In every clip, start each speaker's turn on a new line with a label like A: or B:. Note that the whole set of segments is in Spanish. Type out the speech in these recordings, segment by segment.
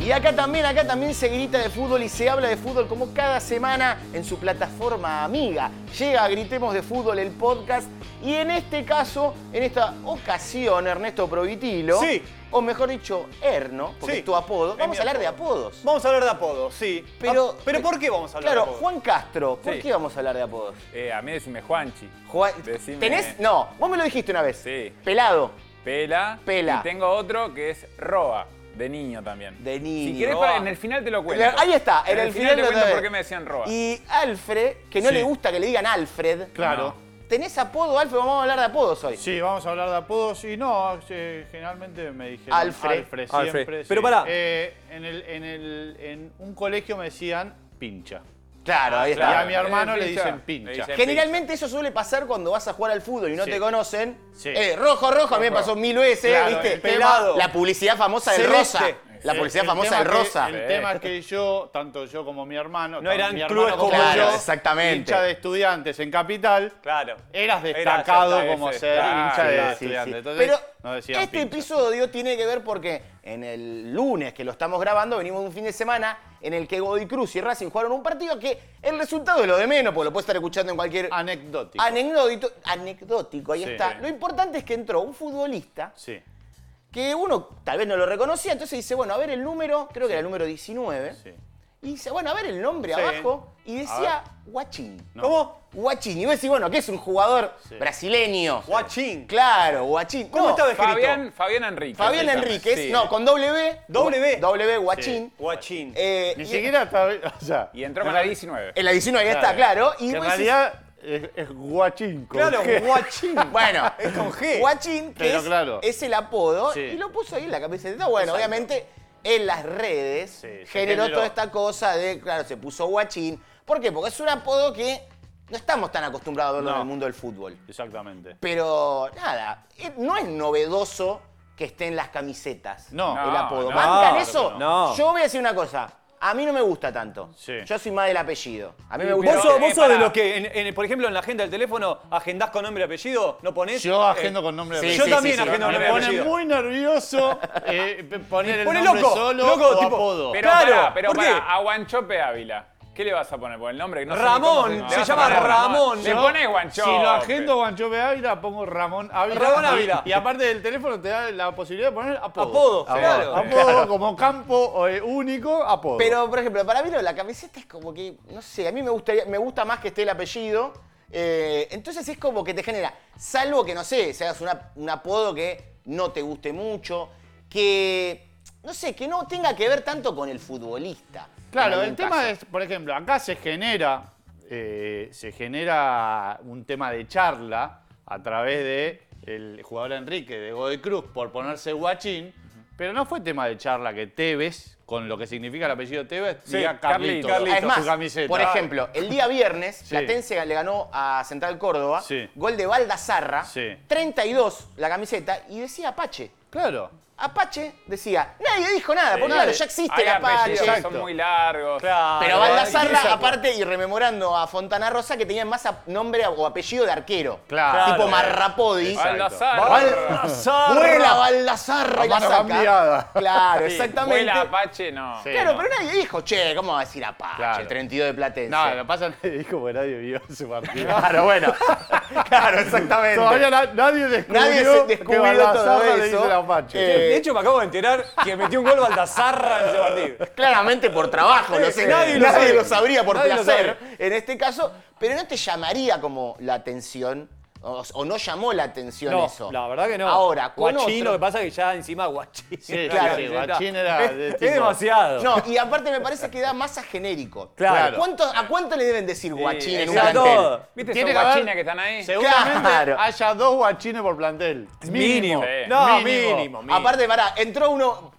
A: Y acá también, acá también se grita de fútbol y se habla de fútbol como cada semana en su plataforma amiga. Llega a Gritemos de Fútbol el podcast y en este caso, en esta ocasión, Ernesto Provitilo,
B: Sí.
A: o mejor dicho, Erno, porque
B: Sí.
A: es tu apodo,
B: Es
A: vamos a
B: mi
A: hablar de
B: apodo.
A: apodos.
B: Vamos a hablar de apodos, sí.
A: Pero, eh,
B: Ah, ¿Pero por qué vamos a hablar
A: claro,
B: de apodos?
A: Juan Castro, ¿por
C: Sí.
A: qué vamos a hablar de apodos?
C: Eh, a mí decime Juanchi.
A: Juan,
C: Decime-
A: ¿Tenés? No, vos me lo dijiste una vez.
C: Sí.
A: Pelado.
C: Pela.
A: Pela.
C: Y tengo otro que es Roa, de niño también.
A: De niño.
C: Si querés,
A: Roa.
C: para- en el final te lo cuento.
A: Ahí está, en,
C: En el final te
A: lo
C: cuento
A: traes.
C: por qué me decían Roa.
A: Y Alfred, que no
D: Sí.
A: le gusta que le digan Alfred.
D: Claro.
A: ¿Tenés apodo, Alfred? Vamos a hablar de apodos hoy.
D: Sí, vamos a hablar de apodos. Y no, eh, generalmente me dijeron
A: Alfred.
D: siempre.
C: Alfred.
D: sí.
B: Pero pará.
D: Eh, en, el, en, el, en un colegio me decían pincha.
A: Claro, ahí está.
D: Y a mi hermano
C: Eh,
D: le
C: pincha.
D: dicen pincha.
C: Le dicen-
A: Generalmente eso suele pasar cuando vas a jugar al fútbol y no
D: Sí.
A: te conocen.
D: Sí.
A: Eh, rojo, rojo, a mí me pasó mil veces,
D: Claro,
A: ¿viste?
D: el pelado.
A: La publicidad famosa del
B: Celeste.
A: rosa. La
D: El-
A: publicidad
D: el
A: famosa
D: tema
A: del
D: que-
A: rosa.
D: el tema es que yo, tanto yo como mi hermano,
B: No eran
D: mi hermano
B: clubes como
A: Claro,
D: yo,
A: exactamente.
D: hincha de estudiantes en Capital,
B: Claro.
D: eras
B: Era,
D: destacado
B: ya está,
D: como
B: ese,
D: ser
B: claro,
D: hincha de
B: sí, sí,
D: estudiantes. Entonces,
A: Pero
D: nos decían
A: este
D: pincha.
A: episodio tiene que ver porque en el lunes que lo estamos grabando venimos de un fin de semana en el que Godoy Cruz y Racing jugaron un partido que el resultado es lo de menos, porque lo puedes estar escuchando en cualquier
D: Anecdótico.
A: anecdótico, anecdótico ahí
D: Sí.
A: está. Lo importante es que entró un futbolista
D: sí.
A: que uno tal vez no lo reconocía, entonces dice, bueno, a ver el número, creo que era el número 19,
D: Sí.
A: y dice, bueno, a ver el nombre
D: Sí.
A: abajo, y
D: A
A: decía Guachín.
D: No.
B: ¿Cómo?
A: Guachín, y vos decís, bueno, que es un jugador
D: Sí.
A: brasileño.
B: Guachín.
A: Claro, Guachín.
B: ¿Cómo
A: No,
B: estaba escrito?
C: Fabián, Fabián Enríquez.
A: Fabián
C: Ahí está.
A: Enríquez,
C: Sí.
A: no, con W.
B: W.
A: W, Guachín.
B: Guachín.
A: Eh,
D: Ni
A: y-
D: siquiera estaba. O sea,
C: Y entró con la 19.
A: En la 19 ahí está, claro. Y
D: en
A: vos decís,
D: realidad es, es guachín. con
B: claro,
D: G.
B: guachín.
A: Bueno,
B: Es con G.
A: Guachín, que
D: Pero
A: es,
D: claro.
A: es el apodo,
D: Sí.
A: y lo puso ahí en la camiseta. Bueno,
D: Exacto.
A: obviamente en las redes
D: Sí, se
A: generó,
D: generó.
A: toda esta cosa de, claro, se puso Guachín. ¿Por qué? Porque es un apodo que no estamos tan acostumbrados a verlo
D: No.
A: en el mundo del fútbol.
D: Exactamente.
A: Pero nada, eh, no es novedoso que esté en las camisetas
D: No.
A: el apodo.
C: no,
A: ¿Bancan
B: no,
A: eso?
B: no.
A: Yo voy a decir una cosa. A mí no me gusta tanto.
D: Sí.
A: Yo soy más del apellido. A mí me
C: Sí,
A: gusta.
B: ¿Vos
C: Pero,
B: sos, vos
C: eh,
B: sos de
C: pará.
B: los que, en- en- por ejemplo, en la agenda del teléfono, agendás con nombre y apellido? ¿No ponés? Eh,
D: Yo agendo con nombre
A: Sí,
D: de
B: Yo
A: sí,
B: también
A: sí, sí.
B: agendo con
D: Me
B: nombre y
D: pone
B: apellido.
D: muy nervioso eh, p- poner el
B: Pone
D: nombre
B: loco,
D: solo
B: loco,
D: o
B: tipo,
D: apodo.
C: Pero
B: Claro,
C: pará, pero
B: ¿por qué?
C: pará, a Guanchope Ávila. ¿qué le vas a poner por el nombre? Que No sé ni
B: Ramón,
C: cómo
B: se
C: le vas a
B: llama
C: poner
B: Ramón.
C: Le
B: Yo-
C: pones Guanchope.
D: Si lo agendo Guanchope Ávila, pongo Ramón Ávila.
B: Ramón Ávila.
D: Y aparte del teléfono te da la posibilidad de poner apodo.
B: Apodo, claro.
D: Apodo como campo eh, único, apodo.
A: Pero, por ejemplo, para mí lo de la camiseta es como que, no sé, a mí me, gustaría, me gusta más que esté el apellido. Eh, entonces es como que te genera, salvo que, no sé, se hagas una- un apodo que no te guste mucho, que, no sé, que no tenga que ver tanto con el futbolista.
D: Claro,
A: en
D: el
A: algún
D: tema
A: caso.
D: es, por ejemplo, acá se genera, eh, se genera un tema de charla a través de el jugador Enrique de Godoy Cruz por ponerse guachín, pero no fue tema de charla que Tevez, con lo que significa el apellido Tevez,
C: Sí,
D: diga
C: Carlitos.
D: Carlitos,
C: Carlitos,
A: Es más,
D: su camiseta.
A: por ejemplo, el día viernes,
D: Sí.
A: Platense le ganó a Central Córdoba,
D: Sí.
A: gol de Baldazarra,
D: Sí.
A: 32 la camiseta, y decía Apache.
D: Claro.
A: Apache decía, nadie dijo nada,
C: Eh,
A: porque
D: Nadie.
A: claro, ya existe
C: Hay
A: el Apache.
C: apellidos que
D: Exacto.
C: son muy largos.
B: Claro.
A: Pero
B: ¿quién
A: Baldazarra,
B: sacó?
A: aparte, y rememorando a Fontana Rosa, que tenía más ap- nombre o apellido de arquero.
D: Claro.
A: Tipo Marrapodi.
C: Baldazarra.
B: Baldazarra.
A: Vuela Baldazarra y la
D: mano
A: saca.
D: cambiada.
A: Claro,
C: Exactamente.
A: exactamente.
C: Vuela Apache, no.
D: Sí.
A: Claro,
D: no.
A: pero nadie dijo, che, ¿cómo va a decir Apache?
D: Claro.
A: 32 de Platense.
D: No, Ah, lo pasa nadie dijo porque nadie vio su partido.
A: Claro, bueno. claro, exactamente.
D: Todavía na- nadie descubrió,
A: Nadie se descubrió
D: que Balazar
A: todo
D: le
A: eso.
D: hizo el apache.
A: Eh,
B: De hecho, me acabo de enterar que metió un gol Baldazarra en ese partido.
A: Claramente por trabajo, no
B: Sí,
A: sé. Nadie,
B: nadie
A: lo,
B: lo sabe.
A: sabría por
B: Nadie lo
A: placer en este caso, pero no te llamaría como la atención. O, o no llamó la atención
B: No,
A: eso.
B: la verdad que no.
A: Ahora, con
B: Guachín,
A: otro-
B: lo que pasa es que ya encima Guachín.
D: Sí,
A: claro,
D: sí, sí,
B: ya
D: guachín
B: está.
D: era
B: Es,
D: de
B: es
D: tipo-
B: demasiado.
A: No, y aparte me parece que da más a genérico.
B: Claro.
A: ¿Cuánto- ¿A cuánto le deben decir guachín en un
B: exacto.
A: plantel?
C: ¿Viste
D: Tiene
C: esos
D: que haber-
C: guachines que están ahí?
D: Seguramente
A: Claro.
D: haya dos guachines por plantel.
B: Mínimo.
C: Sí.
B: No,
D: Mínimo.
B: mínimo. mínimo.
A: Aparte, pará, entró uno.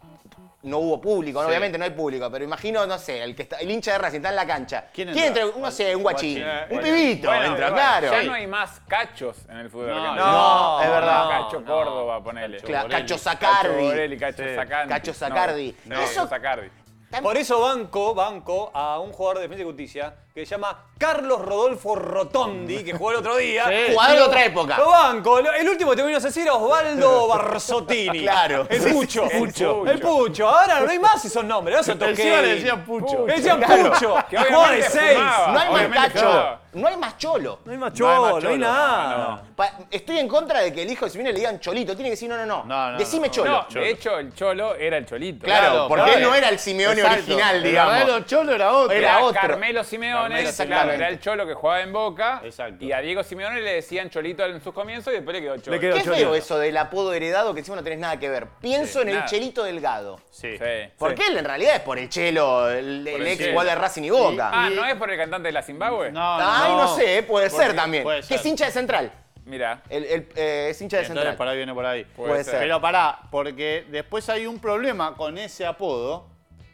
A: No hubo público, ¿no? obviamente no hay público, pero imagino, no sé, el que está, el hincha de Racing está en la cancha.
D: ¿Quién
A: entra?
D: entra?
A: No sé, un guachín.
D: Guachín.
A: Un pibito
C: eh, Bueno,
A: entra,
C: pero
A: claro.
C: Ya no hay más cachos en el fútbol.
D: No,
C: argentino.
A: no, es verdad.
C: Cacho Córdoba, ponele.
A: Cla- Cacho
D: Borelli.
C: Cacho
A: Sacardi.
C: Borelli, Cacho Sacardi.
A: Cacho Sacardi.
C: No, no,
A: Eso-
C: Sacardi.
A: Tam-
B: Por eso banco, banco a un jugador de defensa y justicia
E: que se llama Carlos Rodolfo Rotondi, que jugó el otro día.
D: Sí.
A: Jugador de otra época.
E: Lo banco. Lo- El último que te vino a decir era Osvaldo Barzottini.
A: Claro.
E: El Pucho.
C: El Pucho.
E: El Pucho. Ahora no hay más si son nombres. No se toquen.
D: Encima le decían pucho.
E: Le decían
A: Claro.
E: Pucho.
C: Que
E: Que jugaba de
C: obviamente
E: seis.
C: fumaba.
A: No hay más
C: Obviamente,
A: cacho.
C: claro.
A: No hay más cholo.
E: No hay más cholo, no
C: cholo,
E: hay
C: no,
E: nada.
A: Pa- Estoy en contra de que el hijo de Simone le digan cholito. Tiene que decir, no, no, no.
D: No, no,
A: Decime
D: no.
A: cholo.
C: No, de hecho, el Cholo era el Cholito.
A: Claro, porque
D: claro.
A: él no era el Simeone
D: Exacto.
A: original,
D: El
A: digamos.
D: verdadero cholo era otro.
A: Era
C: Era
A: otro.
C: Carmelo Simeone,
A: Carmelo,
C: claro,
A: exactamente.
C: era el Cholo que jugaba en Boca.
D: Exacto.
C: Y a Diego Simeone le decían Cholito en sus comienzos y después le quedó Cholo.
E: Le quedó
A: Qué
E: Cholito.
A: feo eso del apodo heredado que encima no tenés nada que ver. Pienso en el
C: nada.
A: chelito delgado.
D: Sí.
C: Sí.
A: Porque él en realidad es por el chelo, el, el
C: el
A: ex
C: Chelo.
A: jugador de Racing y Boca.
C: Ah, ¿no es por el cantante de la Zimbabue?
D: Ah, No,
A: Ay, no, sé, puede
D: Porque
A: ser también.
D: puede
A: Que
D: ser.
A: es hincha de central.
C: Mira.
A: El, el, eh, es hincha de
D: Entonces
A: central.
D: por ahí viene por ahí.
A: Puede Puede ser. ser.
D: Pero pará, porque después hay un problema con ese apodo,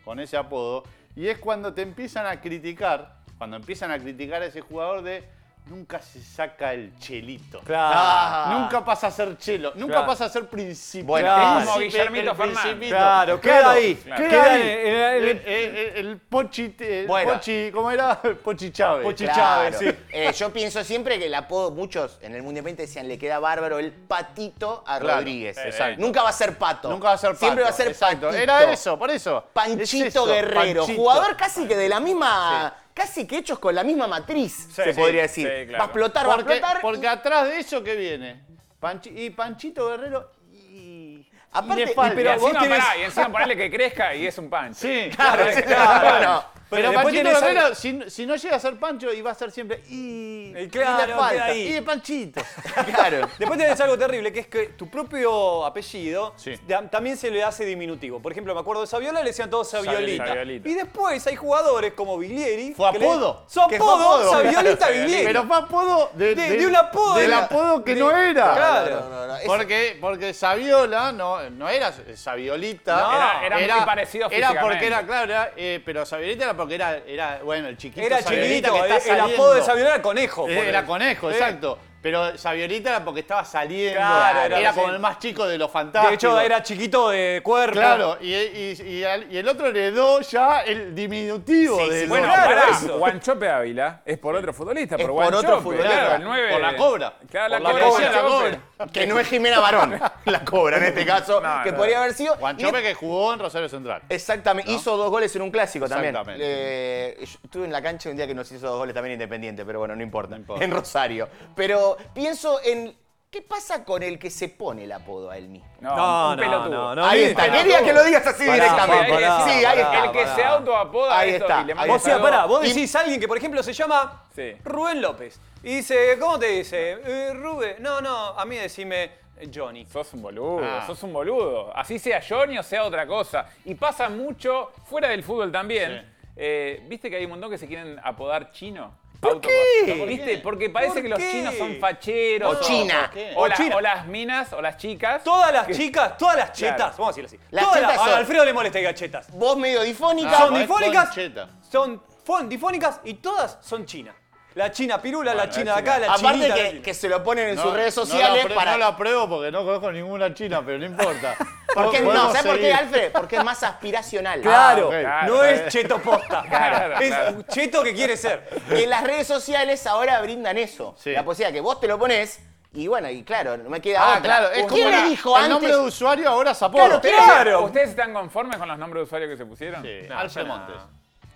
D: con ese apodo, y es cuando te empiezan a criticar, cuando empiezan a criticar a ese jugador de nunca se saca el chelito.
E: Claro.
A: Ah.
D: Nunca pasa a ser chelo, nunca
E: Claro.
D: pasa a ser príncipe.
A: Bueno,
E: Claro.
D: Príncipe,
C: Como Guillermito
D: el
C: Fernández.
D: principito.
E: Claro, queda ahí,
D: claro.
E: queda
D: Queda
E: en-
D: ahí.
E: en-
D: El,
E: en-
D: el- el Pochi, el
A: Bueno.
D: Pochi, ¿cómo era? Pochi Chávez.
E: Pochi
A: Claro.
E: Chávez, sí.
A: Eh, yo pienso siempre que el apodo, muchos en el Mundo Independiente decían, le queda bárbaro el patito a
D: Claro,
A: Rodríguez.
D: exacto.
A: Nunca va a ser pato.
D: Nunca va a ser pato.
A: Siempre va a ser
D: Exacto.
A: patito.
D: Era eso, por eso.
A: Panchito
D: Es eso,
A: Guerrero,
D: Panchito.
A: jugador casi que de la misma. casi que hechos con la misma matriz, se
C: sí,
A: podría decir.
C: sí, claro.
A: Va a explotar, va a
D: Porque,
A: explotar.
D: porque atrás de eso, ¿qué viene? Panchi- y Panchito Guerrero y.
A: Aparte-
D: y le
A: y
D: falta.
C: Y
A: pero
C: encima,
E: vos tenés-
C: pará, y encima ponele que crezca y es un pancho.
D: Sí,
A: Claro, sí, claro, no.
D: Pero,
E: después
D: Panchito
E: tenés al-
D: Guerrero, si, si no llega a ser Pancho, y va a ser siempre. Y.
E: Eh, claro,
D: y le falta,
E: queda ahí.
D: Y de Panchito.
A: Claro.
E: Después tenés algo terrible, que es que tu propio apellido
D: Sí.
E: da- también se le hace diminutivo. Por ejemplo, me acuerdo de Saviola, le decían todos Saviolita.
C: Saviolita.
E: Y después hay jugadores como Biglieri.
D: Fue
E: que le-
D: apodo.
E: Su
A: Que fue apodo,
E: apodo, Saviolita
C: claro,
E: Biglieri.
D: Pero fue apodo. De,
E: De- de un apodo
D: Del
E: era-
D: apodo que
E: de-
D: no era.
E: Claro.
A: No, no, no, es-
D: Porque, porque Saviola no, no era Saviolita.
E: No,
D: era,
C: era muy parecido
D: Era porque
C: físicamente.
D: era, claro, era, eh, pero Saviolita era porque era, era bueno, el chiquito.
E: Era
D: Saviolita
E: chiquito,
D: que está
E: el, el
D: saliendo.
E: apodo de Saviola era conejo.
D: Eh,
E: por
D: Era
E: él.
D: conejo,
E: Sí.
D: exacto. Pero Saviolita era porque estaba saliendo.
E: Claro,
D: era,
E: era
D: como
E: recién-
D: el más chico de los fantásticos.
E: De hecho, era chiquito de cuerpo.
D: Claro, y, y- y al- y el otro heredó ya el diminutivo
A: Sí, sí,
D: de los-
C: Bueno,
E: Claro,
C: pará,
E: eso.
C: Guanchope Ávila es por otro futbolista,
A: Es
C: por
A: por
C: Guanchope.
A: otro futbolista.
C: Claro, el 9.
D: Por la cobra.
C: Claro, la
D: Por la
C: cobra.
D: cobra,
C: decía
D: la
C: Guanchope.
A: Que no es Jimena Barón, la cobra en este caso,
C: No,
A: que
C: no.
A: podría haber sido.
D: Juan
A: Y
D: Chope que jugó en Rosario Central.
A: Exactamente, hizo dos goles en un clásico también.
D: Exactamente.
A: Eh, yo estuve en la cancha un día que nos hizo dos goles también Independiente, pero bueno, no importa.
D: No importa.
A: En Rosario. Pero pienso en qué pasa con el que se pone el apodo a él mismo.
C: No,
E: No,
C: un
E: no,
C: pelotudo.
E: no, no.
A: ahí
E: bien,
A: está,
E: pará,
A: quería
E: todo.
A: que lo digas así
E: Pará,
A: directamente.
E: pará,
A: sí,
E: pará,
A: ahí está.
C: El que
E: pará.
C: se autoapoda
A: Ahí
C: esto
A: está,
C: y le
A: ahí
C: manda
E: Vos,
A: está.
E: sea,
C: saludos.
E: pará, vos
A: Y-
E: decís a alguien que, por ejemplo, se llama
C: Sí.
E: Rubén López. Y dice, ¿cómo te dice? Eh, Rubén. No, no, a mí decime eh, Johnny.
C: Sos un boludo,
D: Ah.
C: sos un boludo. Así sea Johnny o sea otra cosa. Y pasa mucho fuera del fútbol también. Eh, ¿Viste que hay un montón que se quieren apodar chino? ¿Por
E: qué?
C: ¿Viste? Porque parece
E: ¿Por
C: que los
E: qué?
C: chinos son facheros.
A: O China.
C: O,
E: O
C: la-
E: China.
C: o las minas, o las chicas.
E: Todas las chicas, todas las chetas,
C: Claro.
E: vamos a decirlo así.
A: Las
E: todas
A: chetas
E: a
A: son-
E: Alfredo le molesta que diga chetas.
A: Vos medio difónica.
D: Ah,
E: son
D: vos es
E: difónicas,
D: concheta.
E: son fon- difónicas y todas son chinas. La china pirula, la china de acá, la
A: Aparte
E: chinita. la
A: que,
E: china.
A: que se lo ponen en
D: No,
A: sus redes
D: no
A: sociales
D: la apro-
A: para.
D: No la apruebo porque no conozco ninguna china, pero no importa.
A: Porque no,
D: Podemos
A: ¿sabes por qué,
D: seguir.
A: Alfred? Porque es más aspiracional.
E: Claro,
C: ok.
D: Ah,
E: no
C: Claro,
E: es cheto posta.
C: Claro,
E: es
C: claro.
E: un cheto que quiere ser.
A: Que las redes sociales ahora brindan eso.
D: Sí.
A: La posibilidad que vos te lo pones y bueno, y claro, no me queda
D: Ah,
A: otra.
D: claro, es como
A: ¿Quién le
D: la-
A: dijo
D: el nombre de
A: antes?
D: usuario ahora es apodo.
A: Claro,
E: Claro.
C: ¿Ustedes están conformes con los nombres de usuario que se pusieron?
D: Sí,
C: No,
D: Alfred
C: yo no.
D: Montes.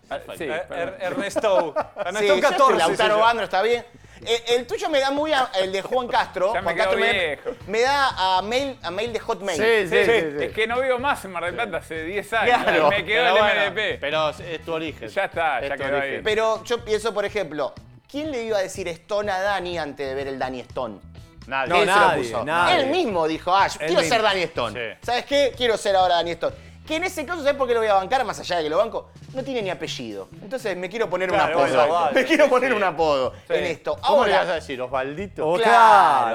C: Ah, Sí,
E: Er-
C: perdón.
E: Er- Ernesto,
A: Sí,
E: Ernesto
A: yo estoy
E: 14.
A: Lautaro
E: sí, sí.
A: Bandro, está bien. Eh, El, tuyo me da muy a, el de Juan Castro.
C: Ya me
A: Juan
C: quedo
A: Castro
C: viejo.
A: me, me da a mail, a mail de Hotmail.
D: Sí, sí, sí. sí.
C: Es que no vivo más en Mar del Plata hace 10 años.
A: Claro.
C: Me quedó
D: Pero
C: el
D: bueno,
C: MDP.
D: Pero es- es tu origen.
C: Ya está,
D: Es
C: ya
D: tu
C: quedó ahí.
D: origen.
A: Pero yo pienso, por ejemplo, ¿quién le iba a decir Stone a Dani antes de ver el Dani Stone?
D: Nadie.
E: No,
A: Él se lo
E: nadie,
A: puso.
E: nadie.
A: Él mismo dijo, ah, yo
E: Él
A: quiero
E: mismo.
A: ser Dani Stone.
D: Sí.
A: ¿Sabes qué? Quiero ser ahora Dani Stone. Que en ese caso, ¿sabes por qué lo voy a bancar? Más allá de que lo banco, no tiene ni apellido. Entonces me quiero poner
E: Claro,
A: un apodo.
E: bueno, vale.
A: me quiero poner un apodo en esto.
D: ¿Cómo le vas a
A: Ahora,
D: decir? Osvaldito.
E: O-
A: claro.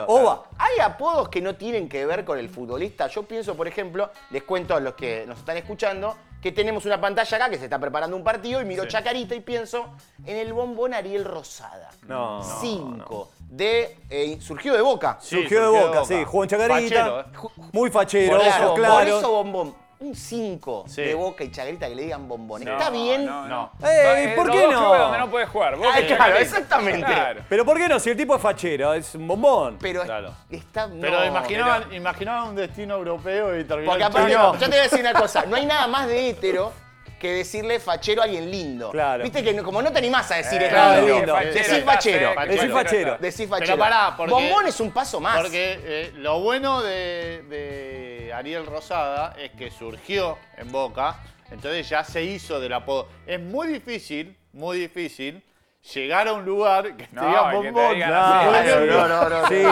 E: Claro, Oba.
A: Hay apodos que no tienen que ver con el futbolista. Yo pienso, por ejemplo, les cuento a los que nos están escuchando, que tenemos una pantalla acá que se está preparando un partido y miro Chacarita y pienso en el bombón Ariel Rosada.
E: No,
A: Cinco. De, eh, surgió de Boca.
D: Sí,
E: Surgió de boca, sí. Jugó en Chacarita.
D: Fachero, eh.
E: Muy fachero,
A: Claro,
E: ojos
A: por
E: claros.
A: eso bombón. un 5
D: Sí.
A: de Boca y Chagrita que le digan bombón.
C: No,
A: ¿Está bien?
C: No, no.
D: No.
B: Ey,
C: Eh,
B: ¿por
C: los
B: qué
C: dos
B: no?
C: clubes donde no puedes jugar. Boca
A: Ah,
C: y
A: claro,
C: Chacarita.
A: exactamente.
C: Claro.
E: Pero ¿por qué no? Si el tipo es fachero, es un bombón.
A: Pero es-
D: Claro.
A: está no,
D: Pero imaginaban, imaginaban un destino europeo y terminó
A: Porque
D: en
A: aparte,
D: Chino.
A: yo te voy a decir una cosa, no hay nada más de hétero que decirle fachero a alguien lindo.
E: Claro.
A: Viste que no- como no te animás a decir
D: Eh,
A: es
D: claro,
A: lindo,
D: lindo.
A: decís
D: Fachero,
A: fachero.
C: está,
D: Decís
C: perfecto,
E: fachero.
C: ya está.
A: Decís fachero.
D: Pero pará, porque-
A: Bombón es un paso más.
D: Porque eh, lo bueno de, de Ariel Rosada es que surgió en Boca, entonces ya se hizo del apodo. Es muy difícil, muy difícil llegar a un lugar que te
C: No, que
D: diga
C: te
D: bombón.
C: digan
D: Por
C: así.
A: No,
D: ejemplo.
A: no, no, no.
E: Sí.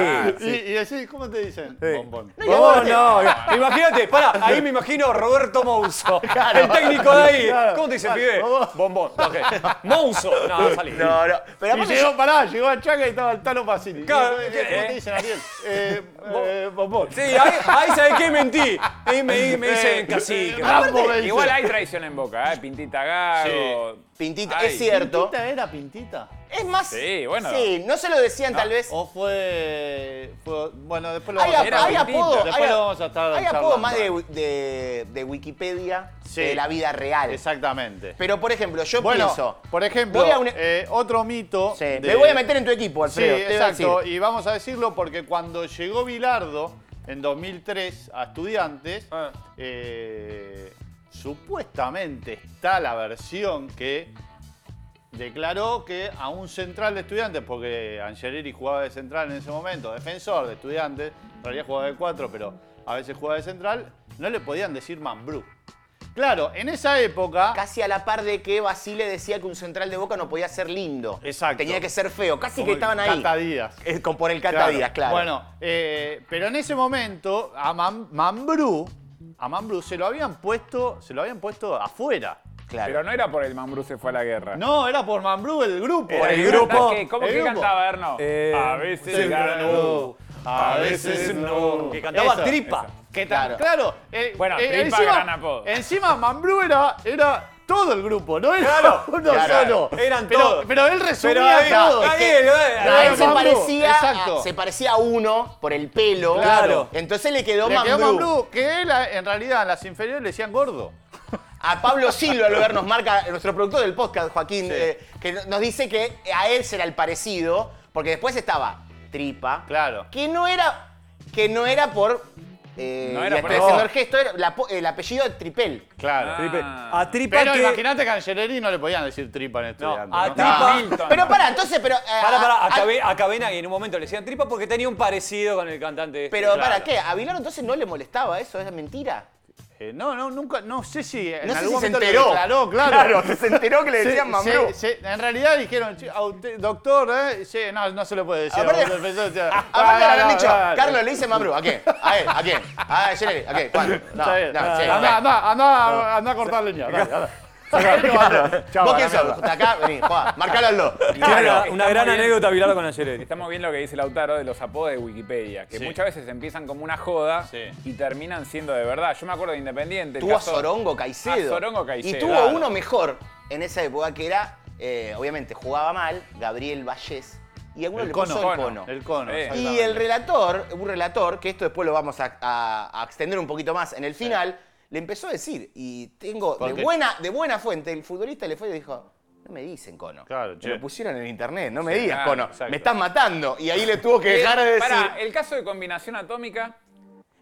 D: Y, y decís, ¿cómo te dicen? Bombón.
A: y
E: Vos
A: aparte-
E: no, imagínate, pará, ahí me imagino Roberto Mouso, el técnico de ahí.
D: Claro.
E: ¿Cómo te dice,
D: Claro,
E: pibe?
D: vos-
E: Bombón, ok. Mouso, no, salí.
A: No, no. Pero
D: Y
A: aparte
D: llegó, pará, llegó a Chaca y estaba el Tano Facini.
E: Claro,
D: ¿Cómo
E: eh,
D: te dicen, Ariel? Eh, eh, bombón.
E: Sí, ahí, ahí sabés qué mentí. Ahí me, me dicen
D: Eh,
E: cacique.
C: Ah.
D: Rambo me dice.
C: Igual hay traición en Boca, ¿eh? Pintita Gago.
A: Pintita,
C: Ay.
A: es cierto.
D: ¿Pintita era pintita?
A: Es más.
C: Sí, bueno.
A: Sí, no se lo decían tal vez.
D: ¿O fue, fue- Bueno, después lo
A: Hay,
D: vamos a
A: ap-
C: Era
A: hay
C: Pintita.
A: apodos
D: Después
A: hay a-
D: lo vamos a estar
A: hay
D: charlando.
A: apodos más de, de- de Wikipedia
D: Sí.
A: que de la vida real.
D: Exactamente.
A: Pero por ejemplo, yo
D: Bueno,
A: pienso.
D: por ejemplo,
A: voy a un-
D: eh, otro mito.
A: Sí,
D: de-
A: Me voy a meter en tu equipo,
D: Sí,
A: Alfredo. te iba a
D: exacto.
A: decir.
D: Y vamos a decirlo porque cuando llegó Bilardo en 2003 a Estudiantes,
B: Ah.
D: eh, supuestamente está la versión que declaró que a un central de Estudiantes, porque Angeleri jugaba de central en ese momento, defensor de Estudiantes, en realidad jugaba de cuatro, pero a veces jugaba de central, no le podían decir Mambrú. Claro, en esa época.
A: Casi a la par de que Basile decía que un central de boca no podía ser lindo.
D: Exacto.
A: Tenía que ser feo. Casi
D: como
A: que estaban ahí.
D: Cata Díaz.
A: Eh, con- por el Cata
D: Claro.
A: Díaz, claro.
D: Bueno, eh, pero en ese momento a Mam- Mambrú, a Mambrú se lo habían puesto, se lo habían puesto afuera.
A: claro.
C: Pero no era por el Mambrú se fue a la guerra.
D: No, era por Mambrú el grupo.
C: Era
E: el
C: que
E: grupo.
C: canta- que- ¿Cómo
D: El
C: que
D: grupo.
C: cantaba Erno? Ah,
E: Eh,
C: a veces
D: Sí,
C: ganó.
D: A veces no.
E: Que cantaba
D: Eso.
E: tripa.
D: ¿Qué tal? Claro. eh,
C: Bueno,
D: eh,
C: tripa, gran apodo.
D: Encima Mambrú era, era todo el grupo, no era uno
A: claro.
D: solo.
E: Eran
D: pero,
E: todos.
D: Pero él resumía
E: Pero ahí-
D: a todos.
E: ahí-
A: A
E: ahí-
A: él
D: Claro,
A: se
D: Mambrú,
A: parecía,
D: exacto.
A: a, se parecía a uno por el pelo.
D: Claro.
A: Entonces le quedó
D: Le quedó
A: Mambrú.
D: Mambrú, que él en realidad en las inferiores le decían gordo.
A: A Pablo Silva, al ver, nos marca nuestro productor del podcast, Joaquín, eh, que no- nos dice que a él será el parecido, porque después estaba Tripa.
D: Claro.
A: Que no era, que no era por. eh,
C: No era
A: y
C: por
A: estoy
C: eso.
A: haciendo el gesto, era la po- el apellido de Tripel.
D: Claro.
E: Tripe. A tripa
D: Pero
E: que...
D: imagínate que a Angeleri no le podían decir tripa en este estudiante.
E: a
D: ¿no?
E: tripa-
C: Ah, Milton.
A: Pero pará, entonces, pero. eh,
E: Pará,
A: a-
E: pará,
A: a-
E: acabé, acabé en en un momento le decían tripa porque tenía un parecido con el cantante. este.
A: Pero para, ¿qué? ¿A Bilardo entonces no le molestaba eso? ¿Es mentira?
D: Eh, no, no, nunca, no sé si en
A: No sé
D: algún
A: si se
D: momento le
A: enteró.
D: declaró, claro.
A: se enteró que le
D: Se- se- se- en realidad dijeron, "Che, a usted, doctor, eh, sí, no, no se lo puede decir.
A: Aparte-
D: a usted, profesor", o sea,
A: Aparte
D: "Ah,
A: habrán
D: no,
A: dicho,
D: no, no".
A: Carlos le dice Mambrú, ¿a quién? ¿A él? ¿A quién? ¿A Jeremy? ¿A qué? ¿Cuándo? No,
D: Está bien.
A: no, sí,
D: Andá,
A: ok.
D: andá, andá, andá a cortar leña. dale, andá. Chau,
A: ¿Vos quién
D: andá.
A: sos? De acá, vení, jugá, marcalo al dos.
E: Tiene una,
C: Claro,
E: una
C: está
E: gran
C: muy bien.
E: anécdota Bilardo con Angeleri.
C: Estamos bien lo que dice Lautaro de los apodos de Wikipedia, que
D: Sí.
C: muchas veces empiezan como una joda
D: Sí.
C: y terminan siendo de verdad. Yo me acuerdo de Independiente. el
A: Tuvo a
C: caso-
A: Sorongo Caicedo.
C: A
D: Ah,
C: Sorongo Caicedo,
A: Y tuvo
C: claro.
A: uno mejor en esa época que era, eh, obviamente jugaba mal, Gabriel Vallés, y a uno
D: El
A: le
D: cono,
A: puso el cono.
D: El cono.
C: Sí.
A: Y
D: exactamente.
A: el relator, un relator, que esto después lo vamos a, a- a extender un poquito más en el final, le empezó a decir, y tengo de
D: Porque-
A: buena, de buena fuente, el futbolista le fue y dijo, no me dicen cono.
D: Claro,
A: Me
D: che. ah,
A: lo pusieron en internet, no me digas
C: claro,
A: cono,
D: exacto.
A: me estás matando. Y ahí le tuvo que dejar de
C: Eh,
A: decir.
C: pará, el caso de combinación atómica.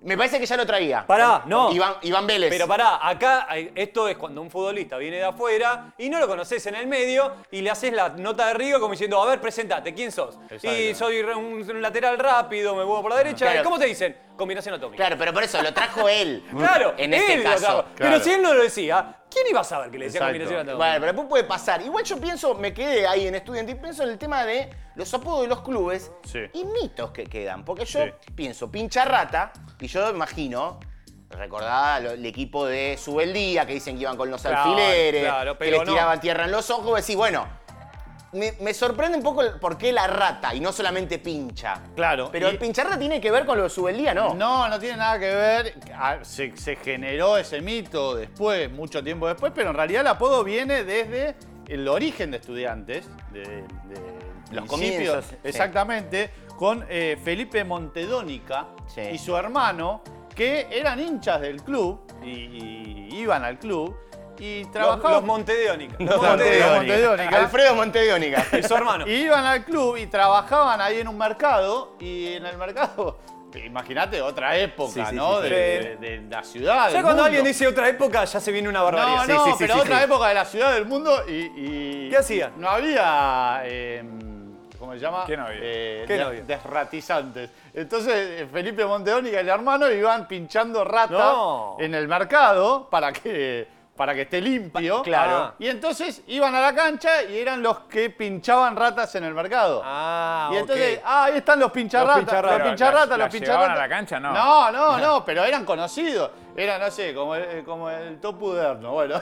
A: Me parece que ya lo traía.
E: Pará, no.
A: Iván, Iván Vélez.
E: Pero pará, acá eh, esto es cuando un futbolista viene de afuera y no lo conoces en el medio y le haces la nota de río como diciendo, a ver, presentate, ¿quién sos? Y soy re- un, un lateral rápido, me muevo por la derecha.
A: Claro.
E: ¿Y ¿Cómo te dicen? Combinación atómica.
A: Claro, pero por eso lo trajo él.
E: Claro,
A: en este
E: él lo
A: caso.
E: acaba.
D: claro.
E: Pero si él no lo decía, ¿quién iba a saber que le decía
D: Exacto.
E: combinación atómica?
A: Bueno, pero después puede pasar. Igual yo pienso, me quedé ahí en estudiante y pienso en el tema de los apodos de los clubes
D: Sí.
A: y mitos que quedan. Porque yo
D: Sí.
A: pienso, pincha rata, y yo imagino, recordaba lo- el equipo de Subeldía, que dicen que iban con los
E: Claro,
A: alfileres,
E: claro,
A: que
E: pero
A: les
E: no.
A: tiraban tierra en los ojos, decís, bueno. Me, me sorprende un poco el por qué la rata y no solamente pincha.
D: Claro,
A: Pero
D: y-
A: el pincha rata tiene que ver con lo de Subeldía, ¿no?
D: No, no tiene nada que ver. Ah, Se, se generó ese mito después, mucho tiempo después, pero en realidad el apodo viene desde el origen de estudiantes, de, de-
A: Los
D: principios,
A: comienzos, sí.
D: Exactamente, con eh, Felipe Montedónica
A: Sí.
D: y su hermano, que eran hinchas del club y, y iban al club y
E: Los,
D: trabajaban.
E: los Montedeónicos.
D: Los Montedeónica. Montedeónica.
A: Alfredo Montedeónica.
E: Y su hermano.
D: Y iban al club y trabajaban ahí en un mercado y en el mercado, imagínate otra época,
E: Sí, sí,
D: ¿no?
E: sí, sí.
D: de, de- de la ciudad.
E: ¿Sabes
D: del
E: cuando
D: mundo.
E: alguien dice otra época ya se viene una barbaridad?
D: No, no, pero otra época de la ciudad del mundo y. y-
E: ¿Qué hacían?
D: No había. eh, ¿Cómo se llama?
C: ¿Qué no había?
D: Eh,
E: ¿Qué
D: de-
E: no había?
D: Desratizantes. Entonces eh, Felipe Monteónica y el hermano iban pinchando rata
E: No.
D: en el mercado para que, para que esté limpio.
E: Pa- claro. Ah.
D: Y entonces iban a la cancha y eran los que pinchaban ratas en el mercado.
E: Ah,
D: Y entonces,
E: ok.
D: ah, ahí están los pincharratas,
E: Los pincharratas.
D: los pincharratas,
C: Pero, ¿la-
D: los
C: la
D: pincharratas.
C: llevaban a la cancha? No.
D: No, no, no, pero eran conocidos. Era, no sé, como el, eh, como el topuderno, bueno.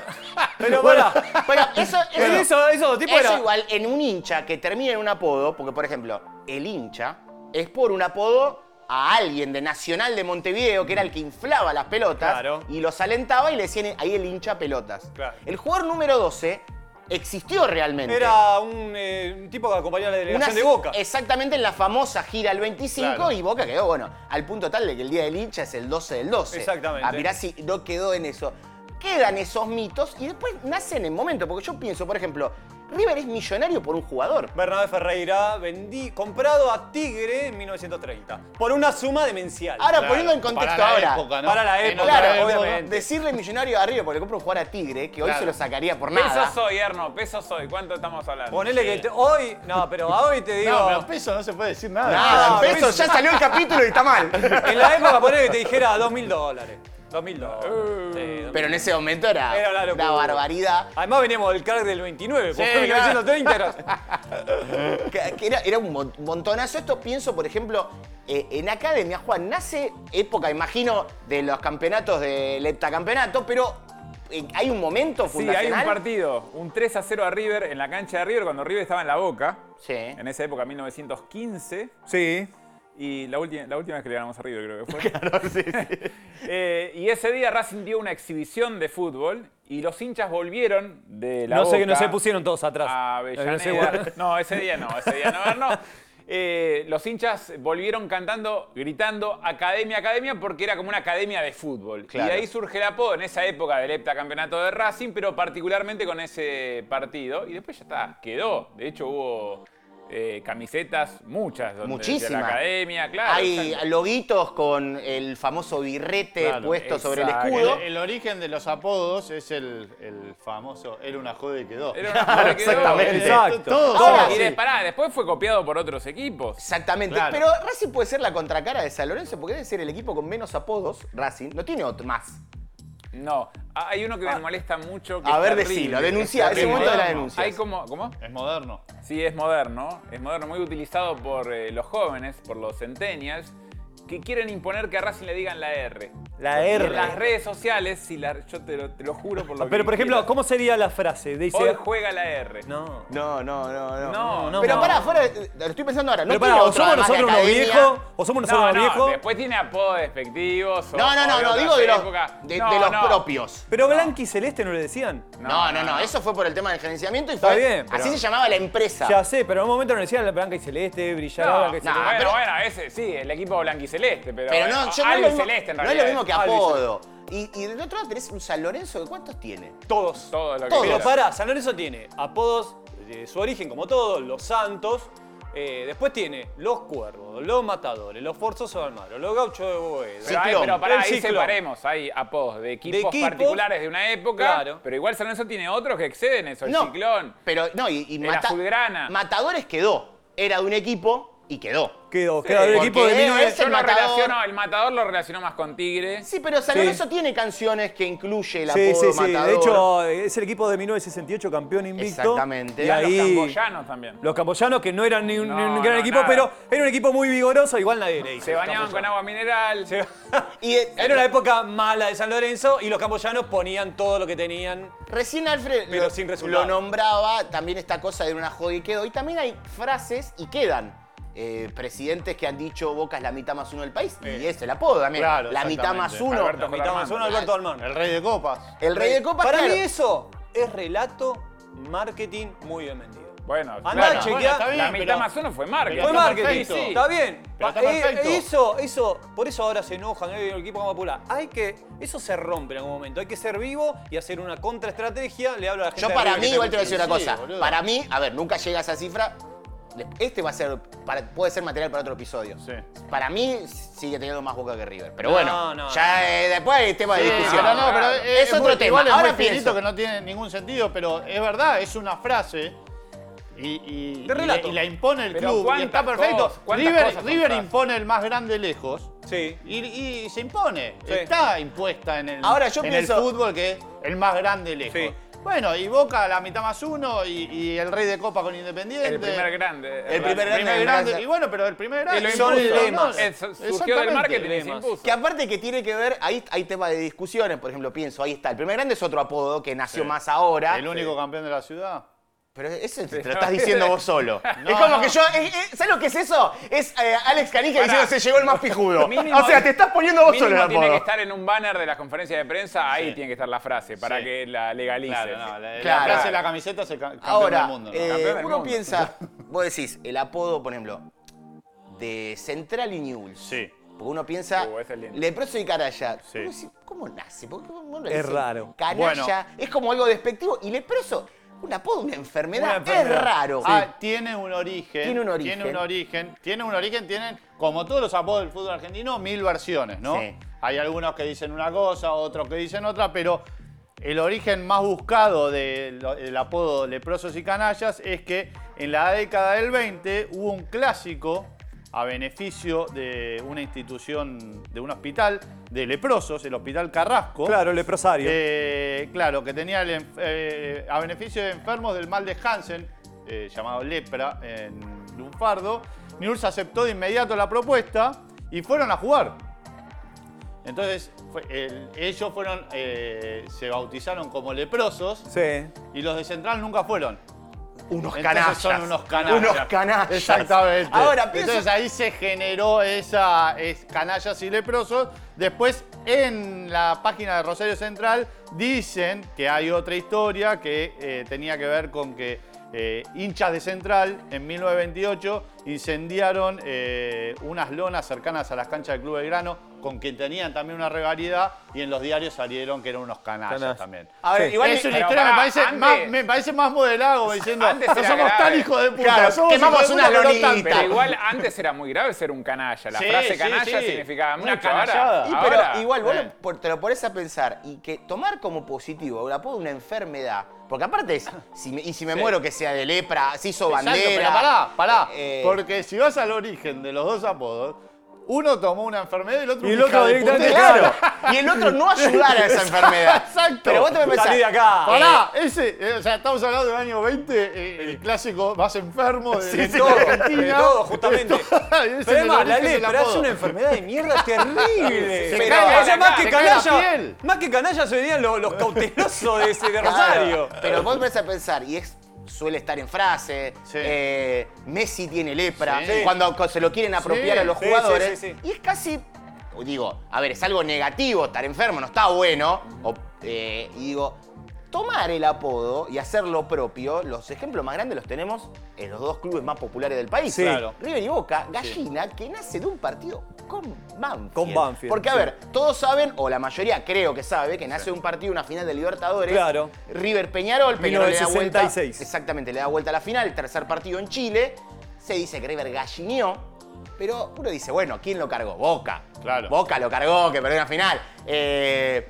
E: Pero pará.
A: Pero eso, eso,
E: Pero eso, esos dos tipos
A: eso
E: eran.
A: igual en un hincha que termina en un apodo, porque por ejemplo, el hincha es por un apodo a alguien de Nacional de Montevideo que era el que inflaba las pelotas
E: Claro.
A: y los alentaba y le decían ahí el hincha pelotas.
E: Claro.
A: El jugador número 12 existió realmente.
E: Era un, eh, un tipo que acompañaba a la
A: Una-
E: delegación de Boca.
A: Exactamente en la famosa gira al 25
D: Claro.
A: y Boca quedó, bueno, al punto tal de que el día del hincha es el 12 del 12.
E: Exactamente.
A: Ah, mirá si no quedó en eso. Quedan esos mitos y después nacen en el momento, porque yo pienso, por ejemplo, River es millonario por un jugador.
E: Bernabé Ferreira vendí, comprado a Tigre en 1930 por una suma demencial.
A: Ahora,
D: Claro,
A: poniendo en contexto
D: para la
A: ahora,
D: época, ¿no?
E: Para la
D: En
E: época,
D: otra
A: Eh, claro,
D: época.
E: obviamente.
A: decirle millonario a River porque compra un jugador a Tigre, que hoy
D: Claro.
A: se lo sacaría por
C: Peso
A: nada.
C: soy, Erno, peso soy. ¿Cuánto estamos hablando?
E: Ponele que te- hoy. No, pero a hoy te digo.
D: No, pero peso no se puede decir nada.
A: Nada,
E: No,
A: peso,
E: peso.
A: ya salió el capítulo y está mal.
E: en la época ponele que te dijera 2.000 dólares. 2.000 dólares.
C: Uh.
E: Sí, 2000.
A: Pero en ese momento era,
E: Era una locura.
A: una barbaridad.
E: Además veníamos del crack del 29, porque
D: Sí, claro.
E: 1930 era-
A: Que- que era, era un mon- montonazo. Esto pienso, por ejemplo, eh, en Academia, Juan, nace época, imagino, de los campeonatos del heptacampeonato, pero eh, hay un momento
C: Sí, hay un
A: fundacional.
C: partido, un 3 a 0 a River en la cancha de River cuando River estaba en la boca.
A: Sí,
C: En esa época, 1915.
E: Sí.
C: Y la última, la última vez que le ganamos a River, creo que fue. Eh, y ese día Racing dio una exhibición de fútbol y los hinchas volvieron de la
E: No sé,
C: Boca
E: no se pusieron todos atrás.
C: a
E: No sé,
C: Avellaneda.
E: bueno.
C: No, ese día no, ese día no, Erno. Eh, los hinchas volvieron cantando, gritando Academia, Academia, porque era como una academia de fútbol.
A: Claro.
C: Y de ahí surge el apodo en esa época del heptacampeonato de Racing, pero particularmente con ese partido. Y después ya está, quedó. De hecho, hubo eh, camisetas, muchas. donde- De
A: Muchísimas.
C: la academia, claro.
A: Hay
C: exacto.
A: loguitos con el famoso birrete
D: Claro,
A: puesto sobre el
C: exacto.
A: escudo.
D: El, el origen de los apodos es el, el famoso era una joda y quedó.
C: Era una joda y quedó.
D: Exactamente.
E: Exacto.
D: Todo
A: Ahora,
D: todo
C: Y de-
D: así.
C: pará, después fue copiado por otros equipos.
A: Exactamente,
D: Claro.
A: pero Racing puede ser la contracara de San Lorenzo porque debe ser el equipo con menos apodos. Racing no tiene otro más.
C: No, ah, hay uno que me molesta mucho. Que
A: A
C: es
A: ver,
C: terrible.
A: decilo, denuncia, es el
D: terrible.
A: momento de la
D: Hay
A: denuncia.
C: Hay como, ¿cómo?
D: Es moderno.
C: Sí, es moderno, es moderno, muy utilizado por eh, los jóvenes, por los centennials, que quieren imponer que a Racing le digan la R.
E: La
C: Y
E: R.
C: en las redes sociales, si la, yo te lo, te lo juro por lo
A: Ah,
C: que
E: Pero por
C: me
E: ejemplo,
C: quieras.
E: ¿cómo sería la frase? Dice.
C: Hoy juega la R.
E: No.
A: No, no, no, no.
C: No, no,
A: pero
E: no.
A: pará, fuera, de- lo estoy pensando ahora. No
E: Pero pará,
A: tiene
E: o
A: otro,
E: somos
A: además de
E: nosotros unos
A: academia.
E: viejos, o somos
C: No,
E: nosotros
C: no,
E: unos viejos.
C: después tiene apodos despectivos. o-
A: No, no,
C: o
A: no,
C: de
A: no,
C: otras
A: digo de los,
C: épocas.
A: de,
C: No,
A: de los
C: no.
A: propios.
E: Pero Blanqui y Celeste no le decían.
A: No, no, no, eso fue por el tema del gerenciamiento y
E: Está
A: fue.
E: bien, pero-
A: Así se llamaba la empresa.
E: Ya sé, pero en un momento no decían la Blanca y Celeste, brillar
C: No,
E: Blanca y
C: no,
E: Celeste.
C: bueno,
A: pero-
C: bueno, ese sí, el equipo blanquiceleste, pero.
A: pero no,
C: eh,
A: yo no, es
C: algo
A: lo mismo,
C: celeste en
A: no es
C: realidad.
A: lo mismo que
E: Algo y
A: apodo. Y, y del otro lado tenés un San Lorenzo, que ¿cuántos tiene?
E: Todos.
C: Todo lo que
A: Todo.
E: Pero
C: quieras.
E: pará, San Lorenzo tiene apodos de su origen, como todos, los santos. eh, después tiene los cuervos, los matadores, los forzosos del mar, los gauchos de Boedo.
A: Sí,
C: Pero, hay-
A: Ciclón.
C: pero pará,
E: El
C: ahí
E: ciclón.
C: separemos. Hay apodos de equipos,
E: equipos,
C: particulares de una época.
E: claro.
C: Pero igual San Lorenzo tiene otros que exceden eso. El
A: no, Eh,
C: ciclón.
A: Pero, no, y, y
C: Era Fulgrana.
A: Matadores quedó. Era de un equipo y quedó.
E: Quedó,
C: Sí,
E: quedó el
A: porque
E: equipo de
A: es
E: 19...
A: el
C: Yo lo
A: matador.
C: relaciono, el matador lo relacionó más con Tigre.
A: Sí, pero San
E: Sí.
A: Lorenzo tiene canciones que incluye el
E: Sí,
A: apodo
E: sí, sí.
A: matador.
E: De hecho, es el equipo de 1968 campeón invicto.
A: Exactamente.
E: Y
A: Eran
C: los
E: ahí,
C: camboyanos también.
E: Los camboyanos, que no eran ni un, ni un
C: No,
E: gran
C: no,
E: equipo,
C: nada.
E: pero era un equipo muy vigoroso, igual nadie le dice.
C: Se bañaban con agua mineral.
A: Y eh,
E: Era una época mala de San Lorenzo y los camboyanos ponían todo lo que tenían.
A: Recién Alfred
E: Pero
A: lo,
E: sin resultado.
A: lo nombraba también esta cosa de una joda y quedó. Y también hay frases y quedan. Eh, presidentes que han dicho Boca es la mitad más uno del país. Y es el apodo también.
D: Claro,
A: la mitad más
D: exactamente.
A: uno.
C: Alberto
E: Mitad más uno, Alberto Almán.
D: El rey de copas.
A: El rey de copas.
E: Para
A: claro.
E: mí eso es relato, marketing muy bien vendido.
C: Bueno,
B: Andá,
C: claro.
B: chequeá.
D: está bien,
C: La mitad
D: pero-
C: más uno fue marketing.
D: pero
B: Fue
D: está
B: marketing,
D: perfecto.
B: sí, está bien.
D: Pero está
B: Pa- eh,
D: perfecto.
B: eh, eso, eso, por eso ahora se enojan eh, el equipo popular. Hay que, eso se rompe en algún momento. Hay que ser vivo y hacer una contraestrategia. Le hablo a la gente.
A: Yo
B: de
A: para
B: arriba
A: mí,
B: que
A: igual te voy a
B: tengo
A: decir una
D: sí,
A: cosa.
D: boludo.
A: Para mí, a ver, nunca llega a esa cifra. Este va a ser, para- puede ser material para otro episodio.
D: Sí.
A: Para mí sigue teniendo más boca que River. Pero
B: No,
A: bueno,
B: no,
A: ya eh, después hay tema de
D: Sí,
A: discusión.
D: pero no, pero
C: Claro.
D: es,
A: Es otro
D: muy-
A: tema.
D: Igual es
A: Ahora
D: muy finito
A: pienso.
D: que no tiene ningún sentido, pero es verdad, es una frase. Y, y-
B: Te
D: y la,
B: relato.
D: y la impone el
C: Pero
D: club. y
C: cuántas
D: está perfecto.
C: cosas, cuántas
D: River,
C: cosas son
D: River
C: frases.
D: impone el más grande lejos.
B: Sí.
D: Y, y se impone.
B: Sí.
D: Está impuesta en el,
A: Ahora yo
D: en
A: pienso-
D: el fútbol que es el más grande lejos.
B: Sí.
D: Bueno, y Boca a la mitad más uno y, y el rey de copa con Independiente.
C: El primer grande.
A: El primer
D: El primer
A: grande,
D: grande.
A: gracias.
D: Y bueno, pero el primer
C: Y lo
D: grande.
B: Son
C: impuso.
B: lemas.
C: Eh, su- Surgió del
D: Exactamente.
C: marketing y se
B: Lemas.
C: impuso.
A: Que aparte que tiene que ver, ahí hay tema de discusiones, por ejemplo, pienso, ahí está. El primer grande es otro apodo que nació más ahora.
D: El único campeón de la ciudad.
A: Pero ese te lo estás diciendo vos solo.
D: No,
A: es como
D: no.
A: que yo. eh, eh, ¿Sabes lo que es eso? Es eh, Alex Canija diciendo se llegó el más pijudo.
C: Mínimo-
A: o sea, te estás poniendo vos
C: Mínimo
A: solo el
C: tiene que
A: apodo.
C: estar en un banner de las conferencias de prensa, ahí
D: Sí.
C: tiene que estar la frase para
D: Sí.
C: que la legalice.
D: Claro, no, la,
A: Claro.
D: la frase de la camiseta es el ca- campeón
A: Ahora,
D: del mundo. ¿no?
A: eh,
C: Campeón del
A: uno
C: mundo.
A: piensa, vos decís, el apodo, por ejemplo, de Central y Newell's.
D: Sí.
A: Porque uno piensa,
C: Uh, ese es lindo.
A: leproso y canalla.
D: Sí.
A: Uno dice, ¿Cómo nace? ¿Por qué uno le
B: Es
A: dice
B: raro.
A: Canalla. Es como algo despectivo. Y leproso, un apodo, una enfermedad.
B: Una enfermedad.
A: Es raro.
D: Ah, tiene un origen.
A: Tiene un origen.
D: Tiene un origen. Tiene un origen, tienen, como todos los apodos del fútbol argentino, mil versiones, ¿no?
A: Sí.
D: Hay algunos que dicen una cosa, otros que dicen otra, pero el origen más buscado del del apodo leprosos y canallas es que en la década del 20 hubo un clásico a beneficio de una institución, de un hospital de leprosos, el Hospital Carrasco.
E: Claro, el leprosario.
D: Eh, claro, que tenía el enf- eh, a beneficio de enfermos del mal de Hansen, eh, llamado lepra en Lunfardo. News aceptó de inmediato la propuesta y fueron a jugar. Entonces, fue- el- ellos fueron, eh, se bautizaron como leprosos
E: Sí.
D: y los de Central nunca fueron.
A: unos
D: Entonces
A: canallas.
D: son unos canallas.
A: Unos canallas.
D: Exactamente.
A: Ahora pienso.
D: Entonces ahí se generó esa es, canallas y leprosos. Después en la página de Rosario Central dicen que hay otra historia que eh, tenía que ver con que eh, hinchas de Central en 1928 incendiaron eh, unas lonas cercanas a las canchas del Club Belgrano con quien tenían también una rivalidad y en los diarios salieron que eran unos canallas,
E: Canallas.
D: también.
A: a ver,
B: Sí.
A: igual
D: es una
C: pero
D: historia,
C: pará,
D: me parece,
C: antes-
D: más, me parece más modelado, como diciendo,
C: Antes
D: no
C: era
D: somos
C: grave.
D: tan hijos de puta,
A: Claro,
D: somos
A: quemamos
D: hijos de
A: una
D: puta, pero no tanto".
A: lonita.
C: Pero igual antes era muy grave ser un canalla. La
D: Sí,
C: frase
D: sí,
C: canalla
D: sí.
C: significaba
D: Una
C: mucho. Ahora,
D: canallada.
A: Y pero
C: ahora-
A: igual, vos
D: eh.
A: lo- por- te lo pones a pensar y que tomar como positivo un apodo de una enfermedad, porque aparte es, si me- y si me muero que sea de lepra, si hizo
D: Exacto,
A: bandera.
D: pero pará, pará,
A: eh,
D: porque si vas al origen de los dos apodos, uno tomó una enfermedad y el otro
E: Y
D: un
E: el otro
D: hija de
E: directamente,
D: puta.
A: claro. y el otro no ayudar a esa enfermedad.
D: Exacto.
A: Pero vos te pensás,
E: Salí de acá.
D: Pará, ese, eh, o sea, estamos hablando del año 20, eh, el clásico más enfermo de, de
E: sí,
D: toda
E: de
D: Argentina.
E: todo, justamente.
D: De todo, y ese es
E: Pero
D: el
E: además, la
D: origen del
E: lepra es
D: apodo.
E: una enfermedad de mierda terrible.
D: Se
E: Pero,
D: cae la
E: o sea,
D: cara,
E: más que
D: se cae la
E: canalla,
D: piel.
E: más que canalla serían los, los cautelosos de, ese, de
A: claro,
E: Rosario.
A: Pero vos te pones a pensar y es suele estar en frase,
D: Sí.
A: eh, Messi tiene lepra,
D: Sí.
A: cuando co- se lo quieren apropiar
D: Sí,
A: a los
E: sí,
A: jugadores.
E: sí, sí,
A: Y es casi, digo, a ver, es algo negativo estar enfermo, no está bueno. o, eh, y digo, tomar el apodo y hacerlo propio, los ejemplos más grandes los tenemos en los dos clubes más populares del país.
E: Sí. Claro.
A: River y Boca, gallina que nace de un partido con Banfield.
E: Con Banfield,
A: Porque, a
E: sí.
A: ver, todos saben, o la mayoría creo que sabe, que nace de un partido, una final de Libertadores.
E: Claro.
A: River Peñarol, Peñarol le da vuelta.
E: 1966.
A: Exactamente, le da vuelta a la final, tercer partido en Chile. Se dice que River gallineó. Pero uno dice, bueno, ¿quién lo cargó? Boca.
D: Claro.
A: Boca lo cargó, que perdió una final. Eh,